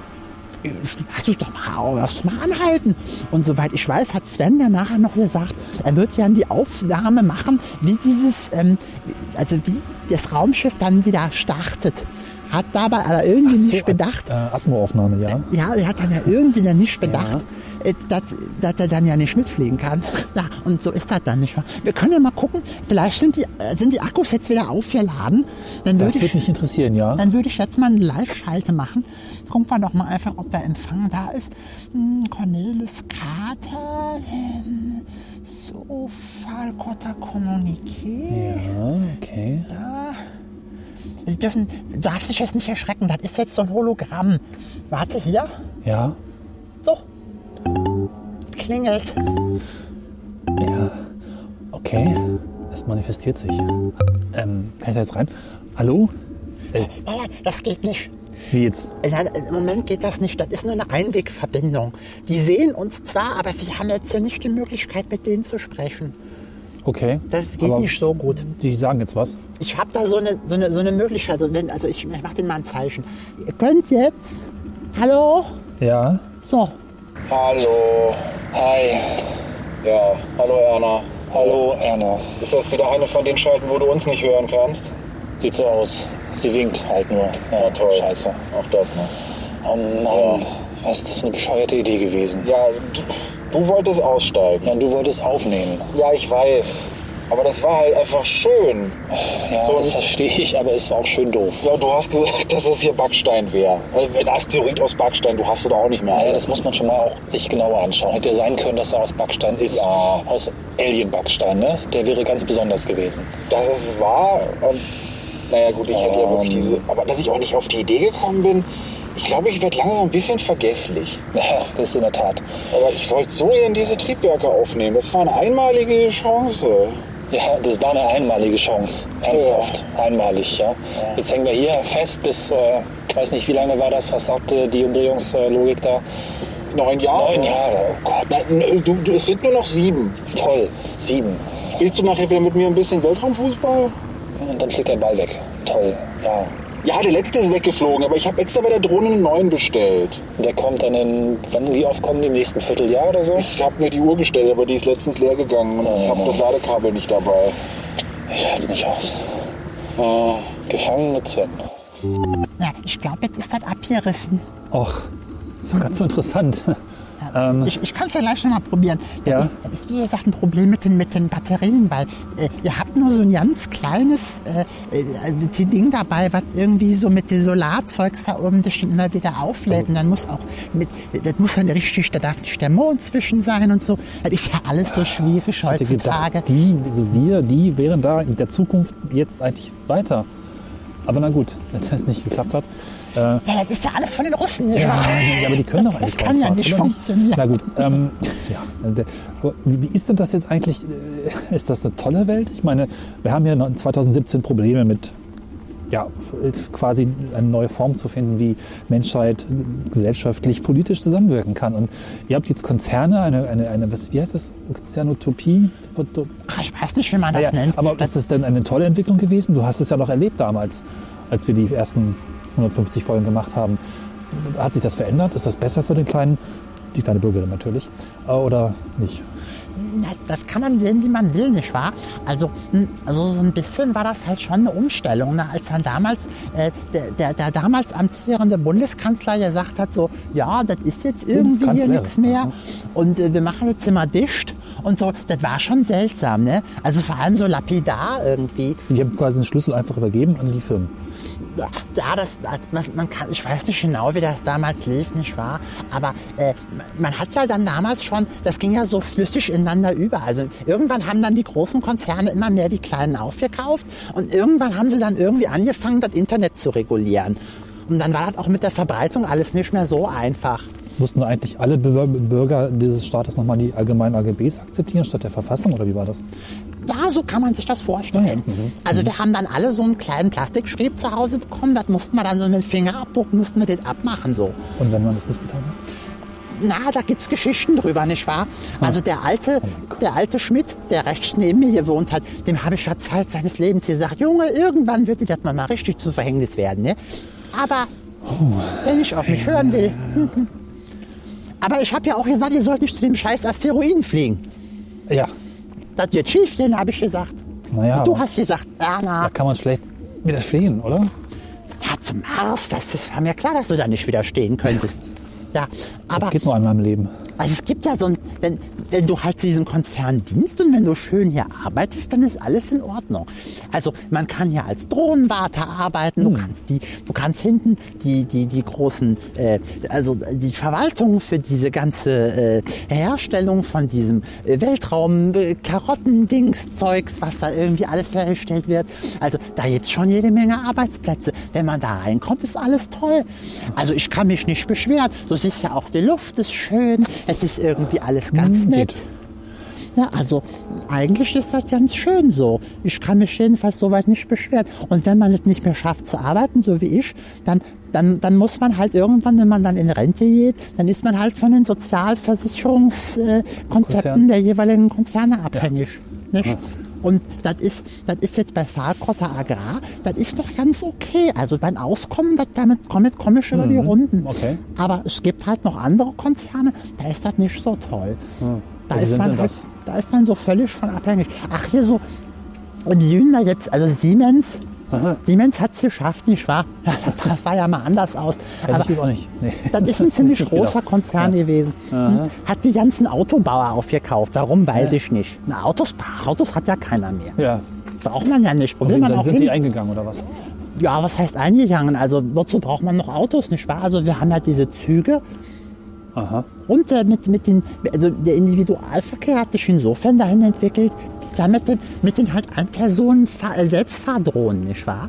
Speaker 4: Lass uns doch mal, lass uns mal anhalten. Und soweit ich weiß, hat Sven dann nachher noch gesagt, er wird ja die Aufnahme machen, wie dieses, ähm, also wie das Raumschiff dann wieder startet. Hat dabei aber irgendwie
Speaker 9: So,
Speaker 4: nicht bedacht.
Speaker 9: Als, äh, Atmoaufnahme, ja.
Speaker 4: Ja, er hat dann ja irgendwie dann nicht bedacht, äh, dass, dass er dann ja nicht mitfliegen kann. Ja, und so ist das dann nicht wahr? Wir können ja mal gucken, vielleicht sind die, äh, sind die Akkus jetzt wieder aufgeladen. Dann würde
Speaker 9: Das
Speaker 4: ich,
Speaker 9: würde mich interessieren, ja.
Speaker 4: dann würde ich jetzt mal eine Live-Schalte machen. Gucken wir doch mal einfach, ob der Empfang da ist. Hm, Cornelis Kater, ähm, so Falkotter Kommuniqué.
Speaker 9: Ja, Ah, okay.
Speaker 4: Da. Sie dürfen, du darfst dich jetzt nicht erschrecken, das ist jetzt so ein Hologramm. Warte hier.
Speaker 9: Ja.
Speaker 4: So. Klingelt.
Speaker 9: Ja. Okay. Es manifestiert sich. Ähm, kann ich da jetzt rein? Hallo? Äh,
Speaker 4: Nein, nein, das geht nicht.
Speaker 3: Wie jetzt?
Speaker 4: Nein, im Moment geht das nicht. Das ist nur eine Einwegverbindung. Die sehen uns zwar, aber wir haben jetzt hier nicht die Möglichkeit, mit denen zu sprechen.
Speaker 3: Okay.
Speaker 4: Das geht
Speaker 3: aber
Speaker 4: nicht so gut.
Speaker 3: Die sagen jetzt was.
Speaker 4: Ich habe da so eine, so eine, so eine Möglichkeit. Also, wenn, also ich, ich mache denen mal ein Zeichen. Ihr könnt jetzt. Hallo?
Speaker 3: Ja.
Speaker 4: So.
Speaker 10: Hallo. Hi. Ja, hallo Erna.
Speaker 9: Hallo Erna.
Speaker 10: Ist das wieder eine von den Schalten, wo du uns nicht hören kannst?
Speaker 9: Sieht so aus. Sie winkt halt nur.
Speaker 10: Ja, toll.
Speaker 9: Scheiße.
Speaker 10: Auch das, ne?
Speaker 9: Oh Mann, was ist das für eine bescheuerte Idee gewesen?
Speaker 10: Ja, du, du wolltest aussteigen.
Speaker 9: Ja, und du wolltest aufnehmen.
Speaker 10: Ja, ich weiß. Aber das war halt einfach schön.
Speaker 9: Ja,
Speaker 10: So,
Speaker 9: das verstehe ich, aber es war auch schön doof.
Speaker 10: Ja, du hast gesagt, dass es hier Backstein wäre. Also ein Asteroid aus Backstein, du hast du doch auch nicht mehr.
Speaker 9: Naja, das muss man schon mal auch sich genauer anschauen. Hätte ja sein können, dass er aus Backstein ist.
Speaker 10: Ja.
Speaker 9: Aus Alien-Backstein, ne? Der wäre ganz besonders gewesen.
Speaker 10: Das ist wahr. Und naja, gut, ich hätte ja wirklich diese. Aber dass ich auch nicht auf die Idee gekommen bin, ich glaube, ich werde langsam ein bisschen vergesslich.
Speaker 9: Ja, das ist in der Tat.
Speaker 10: Aber ich wollte so gerne diese Triebwerke aufnehmen. Das war eine einmalige Chance.
Speaker 9: Ja, das war eine einmalige Chance. Ernsthaft. Einmalig, ja. Jetzt hängen wir hier fest bis, äh, ich weiß nicht, wie lange war das? Was sagte die Umdrehungslogik da?
Speaker 10: Neun Jahre.
Speaker 9: Neun Jahre.
Speaker 10: Oh Gott, nein, du, du, es sind nur noch sieben.
Speaker 9: Toll, sieben.
Speaker 10: Spielst du nachher wieder mit mir ein bisschen Weltraumfußball?
Speaker 9: Und dann fliegt der Ball weg. Toll, ja.
Speaker 10: Ja, der letzte ist weggeflogen, aber ich habe extra bei der Drohne einen neuen bestellt.
Speaker 9: Der kommt dann in, wann, wie oft kommen die im nächsten Vierteljahr oder so? Oh,
Speaker 10: Ich habe mir die Uhr gestellt, aber die ist letztens leer gegangen und ich habe das Ladekabel nicht dabei.
Speaker 9: Ich halte es nicht aus.
Speaker 10: Äh,
Speaker 9: Gefangen mit Sven.
Speaker 4: Ja, ich glaube, jetzt ist das abgerissen.
Speaker 3: Och, das war ganz so interessant. Ähm,
Speaker 4: Ich, ich kann es ja gleich nochmal probieren. Das,
Speaker 3: Ja.
Speaker 4: ist, das ist, wie gesagt, ein Problem mit den, mit den Batterien, weil äh, ihr habt nur so ein ganz kleines äh, äh, die Ding dabei, was irgendwie so mit dem Solarzeugs da oben das schon immer wieder auflädt. Und dann muss auch mit, das muss dann richtig, da darf nicht der Mond zwischen sein und so. Das ist ja alles so schwierig
Speaker 3: ich hätte
Speaker 4: heutzutage.
Speaker 3: gedacht, die, also wir, die wären da in der Zukunft jetzt eigentlich weiter. Aber na gut, wenn das nicht geklappt hat. Äh,
Speaker 4: Ja, das ist ja alles von den Russen, nicht
Speaker 3: Ja,
Speaker 4: wahr?
Speaker 3: ja, aber die können doch eigentlich
Speaker 4: Das kann ja
Speaker 3: Raumfahrt,
Speaker 4: nicht
Speaker 3: oder
Speaker 4: funktionieren.
Speaker 3: Na gut, ähm, ja. der- Aber wie wie ist denn das jetzt eigentlich? äh, Ist das eine tolle Welt? Ich meine, wir haben ja noch in 2017 Probleme mit, ja, quasi eine neue Form zu finden, wie Menschheit gesellschaftlich, politisch zusammenwirken kann. Und ihr habt jetzt Konzerne, eine, eine, eine was, wie heißt das? Konzernutopie?
Speaker 4: Ach, ich weiß nicht, wie man das
Speaker 3: Naja,
Speaker 4: nennt.
Speaker 3: aber ist das denn eine tolle Entwicklung gewesen? Du hast es ja noch erlebt damals, als wir die ersten 150 Folgen gemacht haben. Hat sich das verändert? Ist das besser für den kleinen, die kleine Bürgerin natürlich, äh, oder nicht?
Speaker 4: Na, das kann man sehen, wie man will, nicht wahr? Also, hm, also so ein bisschen war das halt schon eine Umstellung, ne? als dann damals äh, der, der, der damals amtierende Bundeskanzler gesagt hat, so, ja, das ist jetzt irgendwie hier
Speaker 3: Bundeskanzlerin.
Speaker 4: nichts mehr und äh, wir machen jetzt hier mal dicht und so. Das war schon seltsam, ne? Also vor allem so lapidar irgendwie.
Speaker 3: Die haben quasi den Schlüssel einfach übergeben an die Firmen.
Speaker 4: Ja, das, das, man kann, ich weiß nicht genau, wie das damals lief, nicht wahr? Aber äh, man hat ja dann damals schon, das ging ja so flüssig ineinander über. Also irgendwann haben dann die großen Konzerne immer mehr die kleinen aufgekauft und irgendwann haben sie dann irgendwie angefangen, das Internet zu regulieren. Und dann war das auch mit der Verbreitung alles nicht mehr so einfach.
Speaker 3: Mussten eigentlich alle Bewir- Bürger dieses Staates nochmal die allgemeinen AGBs akzeptieren statt der Verfassung, oder wie war das?
Speaker 4: Ja, so kann man sich das vorstellen.
Speaker 3: Mhm,
Speaker 4: Also wir haben dann alle so einen kleinen Plastikschrieb zu Hause bekommen, das mussten wir dann so mit dem Fingerabdruck, mussten wir den abmachen so.
Speaker 3: Und wenn man das nicht getan hat?
Speaker 4: Na, da gibt's Geschichten drüber, nicht wahr?
Speaker 3: Ah.
Speaker 4: Also der
Speaker 3: Oh
Speaker 4: alte, der alte Schmidt, der rechts neben mir gewohnt hat, dem habe ich ja Zeit seines Lebens gesagt, Junge, irgendwann wird dir das mal mal richtig zum Verhängnis werden, ne? Aber
Speaker 3: Oh.
Speaker 4: wenn ich auf mich hören will. Aber ich habe ja auch gesagt, ihr sollt nicht zu dem scheiß Asteroiden fliegen.
Speaker 3: Ja,
Speaker 4: Das wird schief, den habe ich gesagt.
Speaker 3: naja,
Speaker 4: Und du
Speaker 3: aber
Speaker 4: hast gesagt, Erna,
Speaker 3: da kann man schlecht widerstehen, oder?
Speaker 4: ja, zum Mars, das ist, war mir klar, dass du da nicht widerstehen könntest. Ja, aber
Speaker 3: Das geht nur einmal im Leben.
Speaker 4: Also es gibt ja so ein, wenn, wenn du halt zu diesem Konzern dienst und wenn du schön hier arbeitest, dann ist alles in Ordnung. Also man kann hier als Drohnenwarte arbeiten,
Speaker 3: Hm.
Speaker 4: du kannst die, du kannst hinten die, die, die großen, äh, also die Verwaltung für diese ganze äh, Herstellung von diesem äh, Weltraum, äh, Karottendingszeugs, was da irgendwie alles hergestellt wird. Also da gibt's schon jede Menge Arbeitsplätze. Wenn man da reinkommt, ist alles toll. Also ich kann mich nicht beschweren. Du siehst ja auch, die Luft ist schön, es ist irgendwie alles ganz nett. Na, also eigentlich ist das ganz schön so. Ich kann mich jedenfalls soweit nicht beschweren. Und wenn man es nicht mehr schafft zu arbeiten, so wie ich, dann, dann, dann muss man halt irgendwann, wenn man dann in Rente geht, dann ist man halt von den Sozialversicherungskonzepten
Speaker 3: Konzern.
Speaker 4: der jeweiligen Konzerne abhängig. Nicht? Und das ist, das ist jetzt bei Fahrkotter Agrar, das ist noch ganz okay. Also beim Auskommen, das, damit komme komm ich über die
Speaker 3: Mhm.
Speaker 4: Runden.
Speaker 3: Okay.
Speaker 4: Aber es gibt halt noch andere Konzerne, da ist das nicht so toll. Da
Speaker 3: Welche
Speaker 4: ist,
Speaker 3: Also sind
Speaker 4: man
Speaker 3: denn
Speaker 4: halt,
Speaker 3: das?
Speaker 4: da ist man so völlig von abhängig. Ach, hier so. Und die Jünger jetzt, also Siemens. Siemens hat es geschafft, nicht wahr? Das sah ja mal anders aus.
Speaker 3: Hätte ich jetzt auch nicht. Nee.
Speaker 4: Das ist ein ziemlich
Speaker 3: Nicht gedacht.
Speaker 4: großer Konzern gewesen. Hm?
Speaker 3: Aha.
Speaker 4: Hat die ganzen Autobauer aufgekauft. Warum weiß
Speaker 3: Ja.
Speaker 4: ich nicht. Na, Autos, Autos hat ja keiner mehr.
Speaker 3: Ja.
Speaker 4: Braucht man ja nicht. Probiert
Speaker 3: Und
Speaker 4: man
Speaker 3: dann
Speaker 4: auch
Speaker 3: sind
Speaker 4: hin.
Speaker 3: die eingegangen oder was?
Speaker 4: Ja, was heißt eingegangen? Also wozu braucht man noch Autos, nicht wahr? Also wir haben ja diese Züge. Und äh, mit, mit den, also der Individualverkehr hat sich insofern dahin entwickelt, ja, mit den, mit den halt Einpersonen äh, Selbstfahrdrohnen, nicht wahr?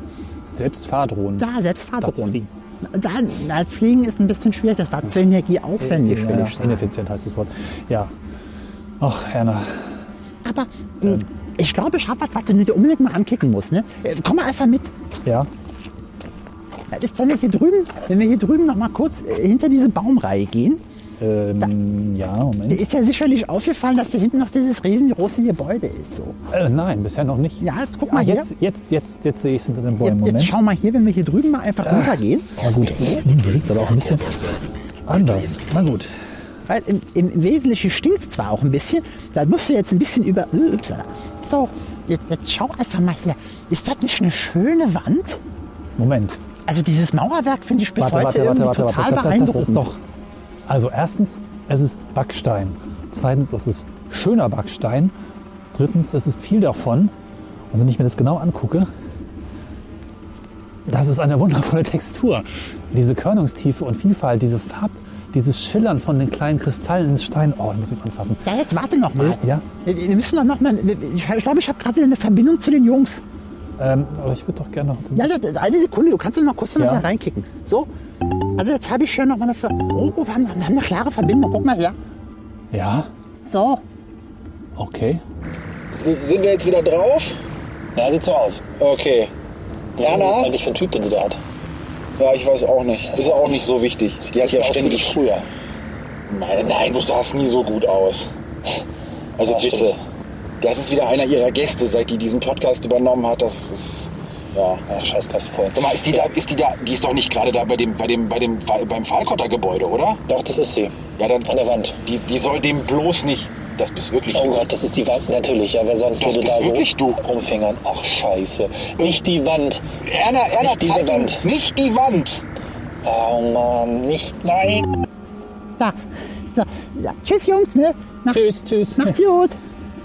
Speaker 3: Selbstfahrdrohnen.
Speaker 4: Ja, Selbstfahrdrohnen.
Speaker 3: Fliegen.
Speaker 4: Da, da fliegen ist ein bisschen schwierig, das war zu energieaufwendig,
Speaker 3: Ja,
Speaker 4: will
Speaker 3: ja,
Speaker 4: ich sagen.
Speaker 3: Ineffizient heißt das Wort. Ja. Ach, Erna.
Speaker 4: Aber mh, ich glaube, ich habe was, was du dir unbedingt mal ankicken musst. Ne? Äh, Komm mal einfach mit.
Speaker 3: Ja.
Speaker 4: Das ist, wenn wir hier drüben, wenn wir hier drüben noch mal kurz äh, hinter diese Baumreihe gehen.
Speaker 3: Ähm, ja, Moment.
Speaker 4: Dir ist ja sicherlich aufgefallen, dass hier hinten noch dieses riesengroße Gebäude ist. So.
Speaker 3: Äh, nein, bisher noch nicht.
Speaker 4: Ja, jetzt guck
Speaker 3: Ah,
Speaker 4: mal hier.
Speaker 3: jetzt, jetzt, jetzt, jetzt sehe ich es hinter den Bäumen.
Speaker 4: jetzt,
Speaker 3: Moment.
Speaker 4: jetzt schau mal hier, wenn wir hier drüben mal einfach runtergehen.
Speaker 3: Na gut, die riecht aber auch ein bisschen anders. Na gut.
Speaker 4: Weil im, im Wesentlichen stinkt es zwar auch ein bisschen, da musst du jetzt ein bisschen über... äh, Upsala. So, jetzt, jetzt schau einfach mal hier. Ist das nicht eine schöne Wand?
Speaker 3: Moment.
Speaker 4: Also dieses Mauerwerk finde ich bis
Speaker 3: Warte,
Speaker 4: heute
Speaker 3: warte, warte,
Speaker 4: irgendwie
Speaker 3: warte,
Speaker 4: total
Speaker 3: warte. Das, das
Speaker 4: beeindruckend.
Speaker 3: ist doch. Also erstens, es ist Backstein. Zweitens, es ist schöner Backstein. Drittens, es ist viel davon. Und wenn ich mir das genau angucke, das ist eine wundervolle Textur. Diese Körnungstiefe und Vielfalt, diese Farb, dieses Schillern von den kleinen Kristallen in den Stein. Oh, da muss ich jetzt anfassen.
Speaker 4: Ja, jetzt warte noch mal.
Speaker 3: Ja.
Speaker 4: Wir, wir müssen doch noch mal... Ich glaube, ich, glaub, ich habe gerade wieder eine Verbindung zu den Jungs.
Speaker 3: Ähm, aber ich würde doch gerne noch.
Speaker 4: Ja, das ist eine Sekunde, du kannst noch kurz noch
Speaker 3: Ja.
Speaker 4: mal reinkicken. So, also jetzt habe ich schon noch mal eine... Ver oh, wir haben, wir haben eine klare Verbindung, guck mal her.
Speaker 3: Ja,
Speaker 4: So,
Speaker 3: okay.
Speaker 10: Sind wir jetzt wieder drauf?
Speaker 9: Ja, sieht so aus.
Speaker 10: Okay.
Speaker 9: Ja, was ist das
Speaker 10: Jana?
Speaker 9: eigentlich für ein Typ, den sie da hat?
Speaker 10: Ja, ich weiß auch nicht. Ist auch nicht so wichtig. Die hat
Speaker 9: Sieht
Speaker 10: ja
Speaker 9: aus wie
Speaker 10: ständig.
Speaker 9: früher.
Speaker 10: Nein, nein, du sahst nie so gut aus. Also
Speaker 9: Ja, stimmt.
Speaker 10: bitte. Das ist wieder einer ihrer Gäste, seit die diesen Podcast übernommen hat. Das ist. Ja.
Speaker 9: Ach, scheiß Gast voll.
Speaker 10: Sag mal, ist die da, ist die da, die ist doch nicht gerade da bei dem, bei dem, bei dem, beim Fallkotter-Gebäude, oder?
Speaker 9: Doch, das ist sie.
Speaker 10: Ja, dann.
Speaker 9: An der Wand.
Speaker 10: Die, die soll dem bloß nicht. Das bist wirklich
Speaker 9: Oh
Speaker 10: du.
Speaker 9: Gott, das ist die Wand natürlich, ja, wer sonst
Speaker 10: Das
Speaker 9: würde
Speaker 10: bist
Speaker 9: da so
Speaker 10: wirklich du.
Speaker 9: rumfingern? Ach scheiße. Nicht die Wand.
Speaker 10: Erna, Erna,
Speaker 9: Nicht diese
Speaker 10: zeig ihm
Speaker 9: Wand.
Speaker 10: nicht die Wand.
Speaker 9: Oh Mann, nicht. Nein!
Speaker 4: da. So, ja. Tschüss, Jungs, ne? Macht's,
Speaker 3: Tschüss, tschüss.
Speaker 4: Macht's gut.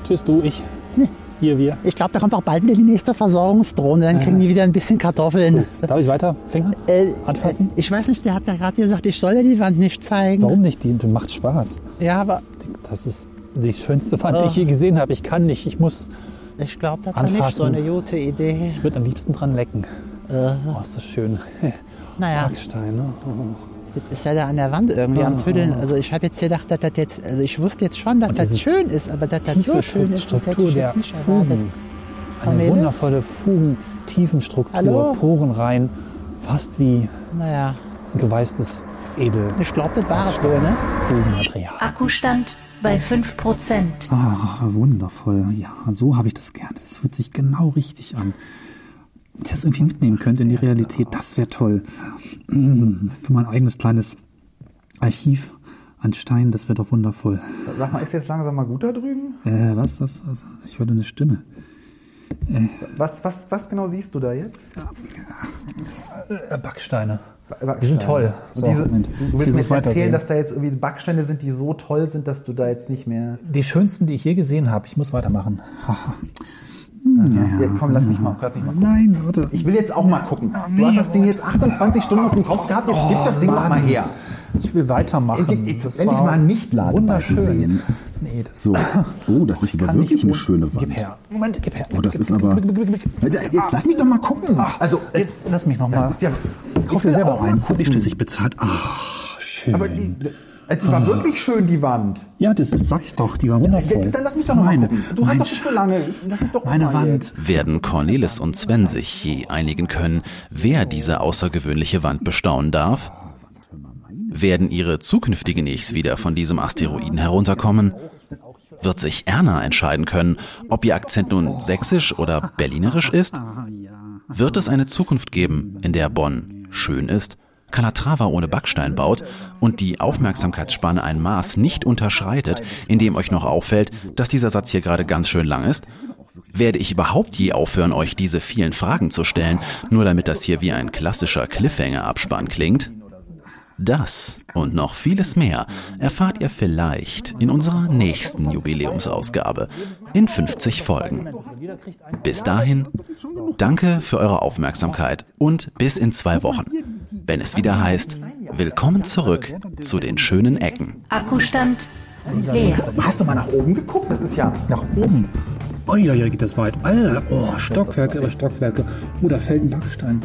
Speaker 3: Tschüss, du, ich. Hier, wir.
Speaker 4: Ich glaube, da kommt auch bald wieder die nächste Versorgungsdrohne, dann kriegen die wieder ein bisschen Kartoffeln.
Speaker 3: Darf ich weiter? Finger?
Speaker 4: Äh,
Speaker 3: Anfassen?
Speaker 4: Ich weiß nicht, der hat ja gerade gesagt, ich soll ja die Wand nicht zeigen.
Speaker 3: Warum nicht? Die macht Spaß.
Speaker 4: Ja, aber Ah.
Speaker 3: Das ist die schönste Wand, die ich je gesehen habe. Ich kann nicht, ich muss.
Speaker 4: ich glaube, das war nicht so
Speaker 3: Anfassen.
Speaker 4: eine gute Idee.
Speaker 3: Ich würde am liebsten dran lecken.
Speaker 4: Äh.
Speaker 3: Oh, ist das schön.
Speaker 4: Naja,
Speaker 3: Backstein, ne? Oh.
Speaker 4: jetzt ist er da an der Wand irgendwie
Speaker 3: Ah.
Speaker 4: am Tüdeln. Also ich habe jetzt gedacht, dass das jetzt, also ich wusste jetzt schon, dass das
Speaker 3: diese
Speaker 4: schön ist, aber dass das so
Speaker 3: tiefe
Speaker 4: schön ist, das hätte
Speaker 3: Struktur
Speaker 4: ich
Speaker 3: der
Speaker 4: jetzt nicht erwartet.
Speaker 3: Fugen. Eine
Speaker 4: Cornelis?
Speaker 3: wundervolle Fugen, Tiefenstruktur,
Speaker 4: Hallo?
Speaker 3: Poren rein, fast wie
Speaker 4: Naja,
Speaker 3: geweißtes Edel.
Speaker 4: ich glaube, das war es wohl, ne?
Speaker 3: Fugenmaterial.
Speaker 5: Akkustand bei 5%.
Speaker 14: Ah, wundervoll. Ja, so habe ich das gerne. Das fühlt sich genau richtig an. Wenn ich das irgendwie mitnehmen könnte in die Realität, das wäre toll. Mm, Für mein eigenes kleines Archiv an Stein, das wäre doch wundervoll.
Speaker 15: Sag mal, ist jetzt langsam mal gut da drüben?
Speaker 14: Äh, was? Das, das, ich hörte eine Stimme.
Speaker 15: Was, was, was genau siehst du da jetzt?
Speaker 3: Äh, Backsteine.
Speaker 15: Backsteine.
Speaker 3: Die sind toll.
Speaker 15: Und
Speaker 3: So,
Speaker 15: diese,
Speaker 14: Moment.
Speaker 15: du
Speaker 14: Ich will
Speaker 15: willst mir jetzt erzählen,
Speaker 14: das weitersehen.
Speaker 15: dass da jetzt irgendwie Backsteine sind, die so toll sind, dass du da jetzt nicht mehr.
Speaker 3: Die schönsten, die ich je gesehen habe. Ich muss weitermachen.
Speaker 15: Ja, komm, lass mich mal. Lass mich mal.
Speaker 14: Nein, warte.
Speaker 15: Ich will jetzt auch mal gucken. Du hast das Ding jetzt 28 Stunden auf dem Kopf gehabt, jetzt gib das Ding doch mal
Speaker 3: Mann.
Speaker 15: her.
Speaker 3: Ich will weitermachen.
Speaker 15: Endlich- jetzt
Speaker 3: Das
Speaker 15: endlich
Speaker 3: war
Speaker 15: mal einen Nicht-Ladebalken
Speaker 3: Wunderschön.
Speaker 15: sehen.
Speaker 3: Nee, das
Speaker 1: So. Oh, das ist aber
Speaker 3: kann
Speaker 1: wirklich
Speaker 3: nicht
Speaker 1: eine
Speaker 3: ohne-
Speaker 1: schöne Wand.
Speaker 3: Gib her. Moment, gib her.
Speaker 1: Oh, das
Speaker 3: Gib,
Speaker 1: ist
Speaker 3: gib,
Speaker 1: aber-
Speaker 3: gib, gib, gib, gib.
Speaker 15: Jetzt lass mich doch mal gucken. Also, äh,
Speaker 3: Jetzt Lass mich noch mal.
Speaker 15: das ist ja.
Speaker 3: Kauf dir selber
Speaker 15: auch mal
Speaker 3: eins.
Speaker 15: gucken.
Speaker 14: Ich bezahlt. Ah, schön.
Speaker 15: Aber die,
Speaker 4: Äh, Die war
Speaker 6: Ah.
Speaker 4: wirklich schön, die Wand.
Speaker 6: Ja, das ist, sag ich doch, die war wundervoll.
Speaker 4: Ja, Äh, dann lass mich doch noch mal
Speaker 6: meine,
Speaker 4: gucken. Du hast
Speaker 6: mein
Speaker 4: doch schon so lange. Lass mich doch
Speaker 6: meine
Speaker 4: mal
Speaker 6: Wand.
Speaker 1: Werden Cornelis und Sven sich je einigen können, wer diese außergewöhnliche Wand bestaunen darf? Werden ihre zukünftigen Ichs wieder von diesem Asteroiden herunterkommen? Wird sich Erna entscheiden können, ob ihr Akzent nun sächsisch oder berlinerisch ist? Wird es eine Zukunft geben, in der Bonn schön ist, Calatrava ohne Backstein baut und die Aufmerksamkeitsspanne ein Maß nicht unterschreitet, in dem euch noch auffällt, dass dieser Satz hier gerade ganz schön lang ist? Werde ich überhaupt je aufhören, euch diese vielen Fragen zu stellen, nur damit das hier wie ein klassischer Cliffhanger-Abspann klingt? Das und noch vieles mehr erfahrt ihr vielleicht in unserer nächsten Jubiläumsausgabe in 50 Folgen. Bis dahin, danke für eure Aufmerksamkeit und bis in zwei Wochen, wenn es wieder heißt, willkommen zurück zu den schönen Ecken.
Speaker 5: Akkustand leer.
Speaker 4: Hast du mal nach oben geguckt? Das ist ja.
Speaker 6: Nach oben. Oh ja, ja, geht das weit. Alter, oh, Stockwerke über Stockwerke. Oh, da fällt ein Backstein.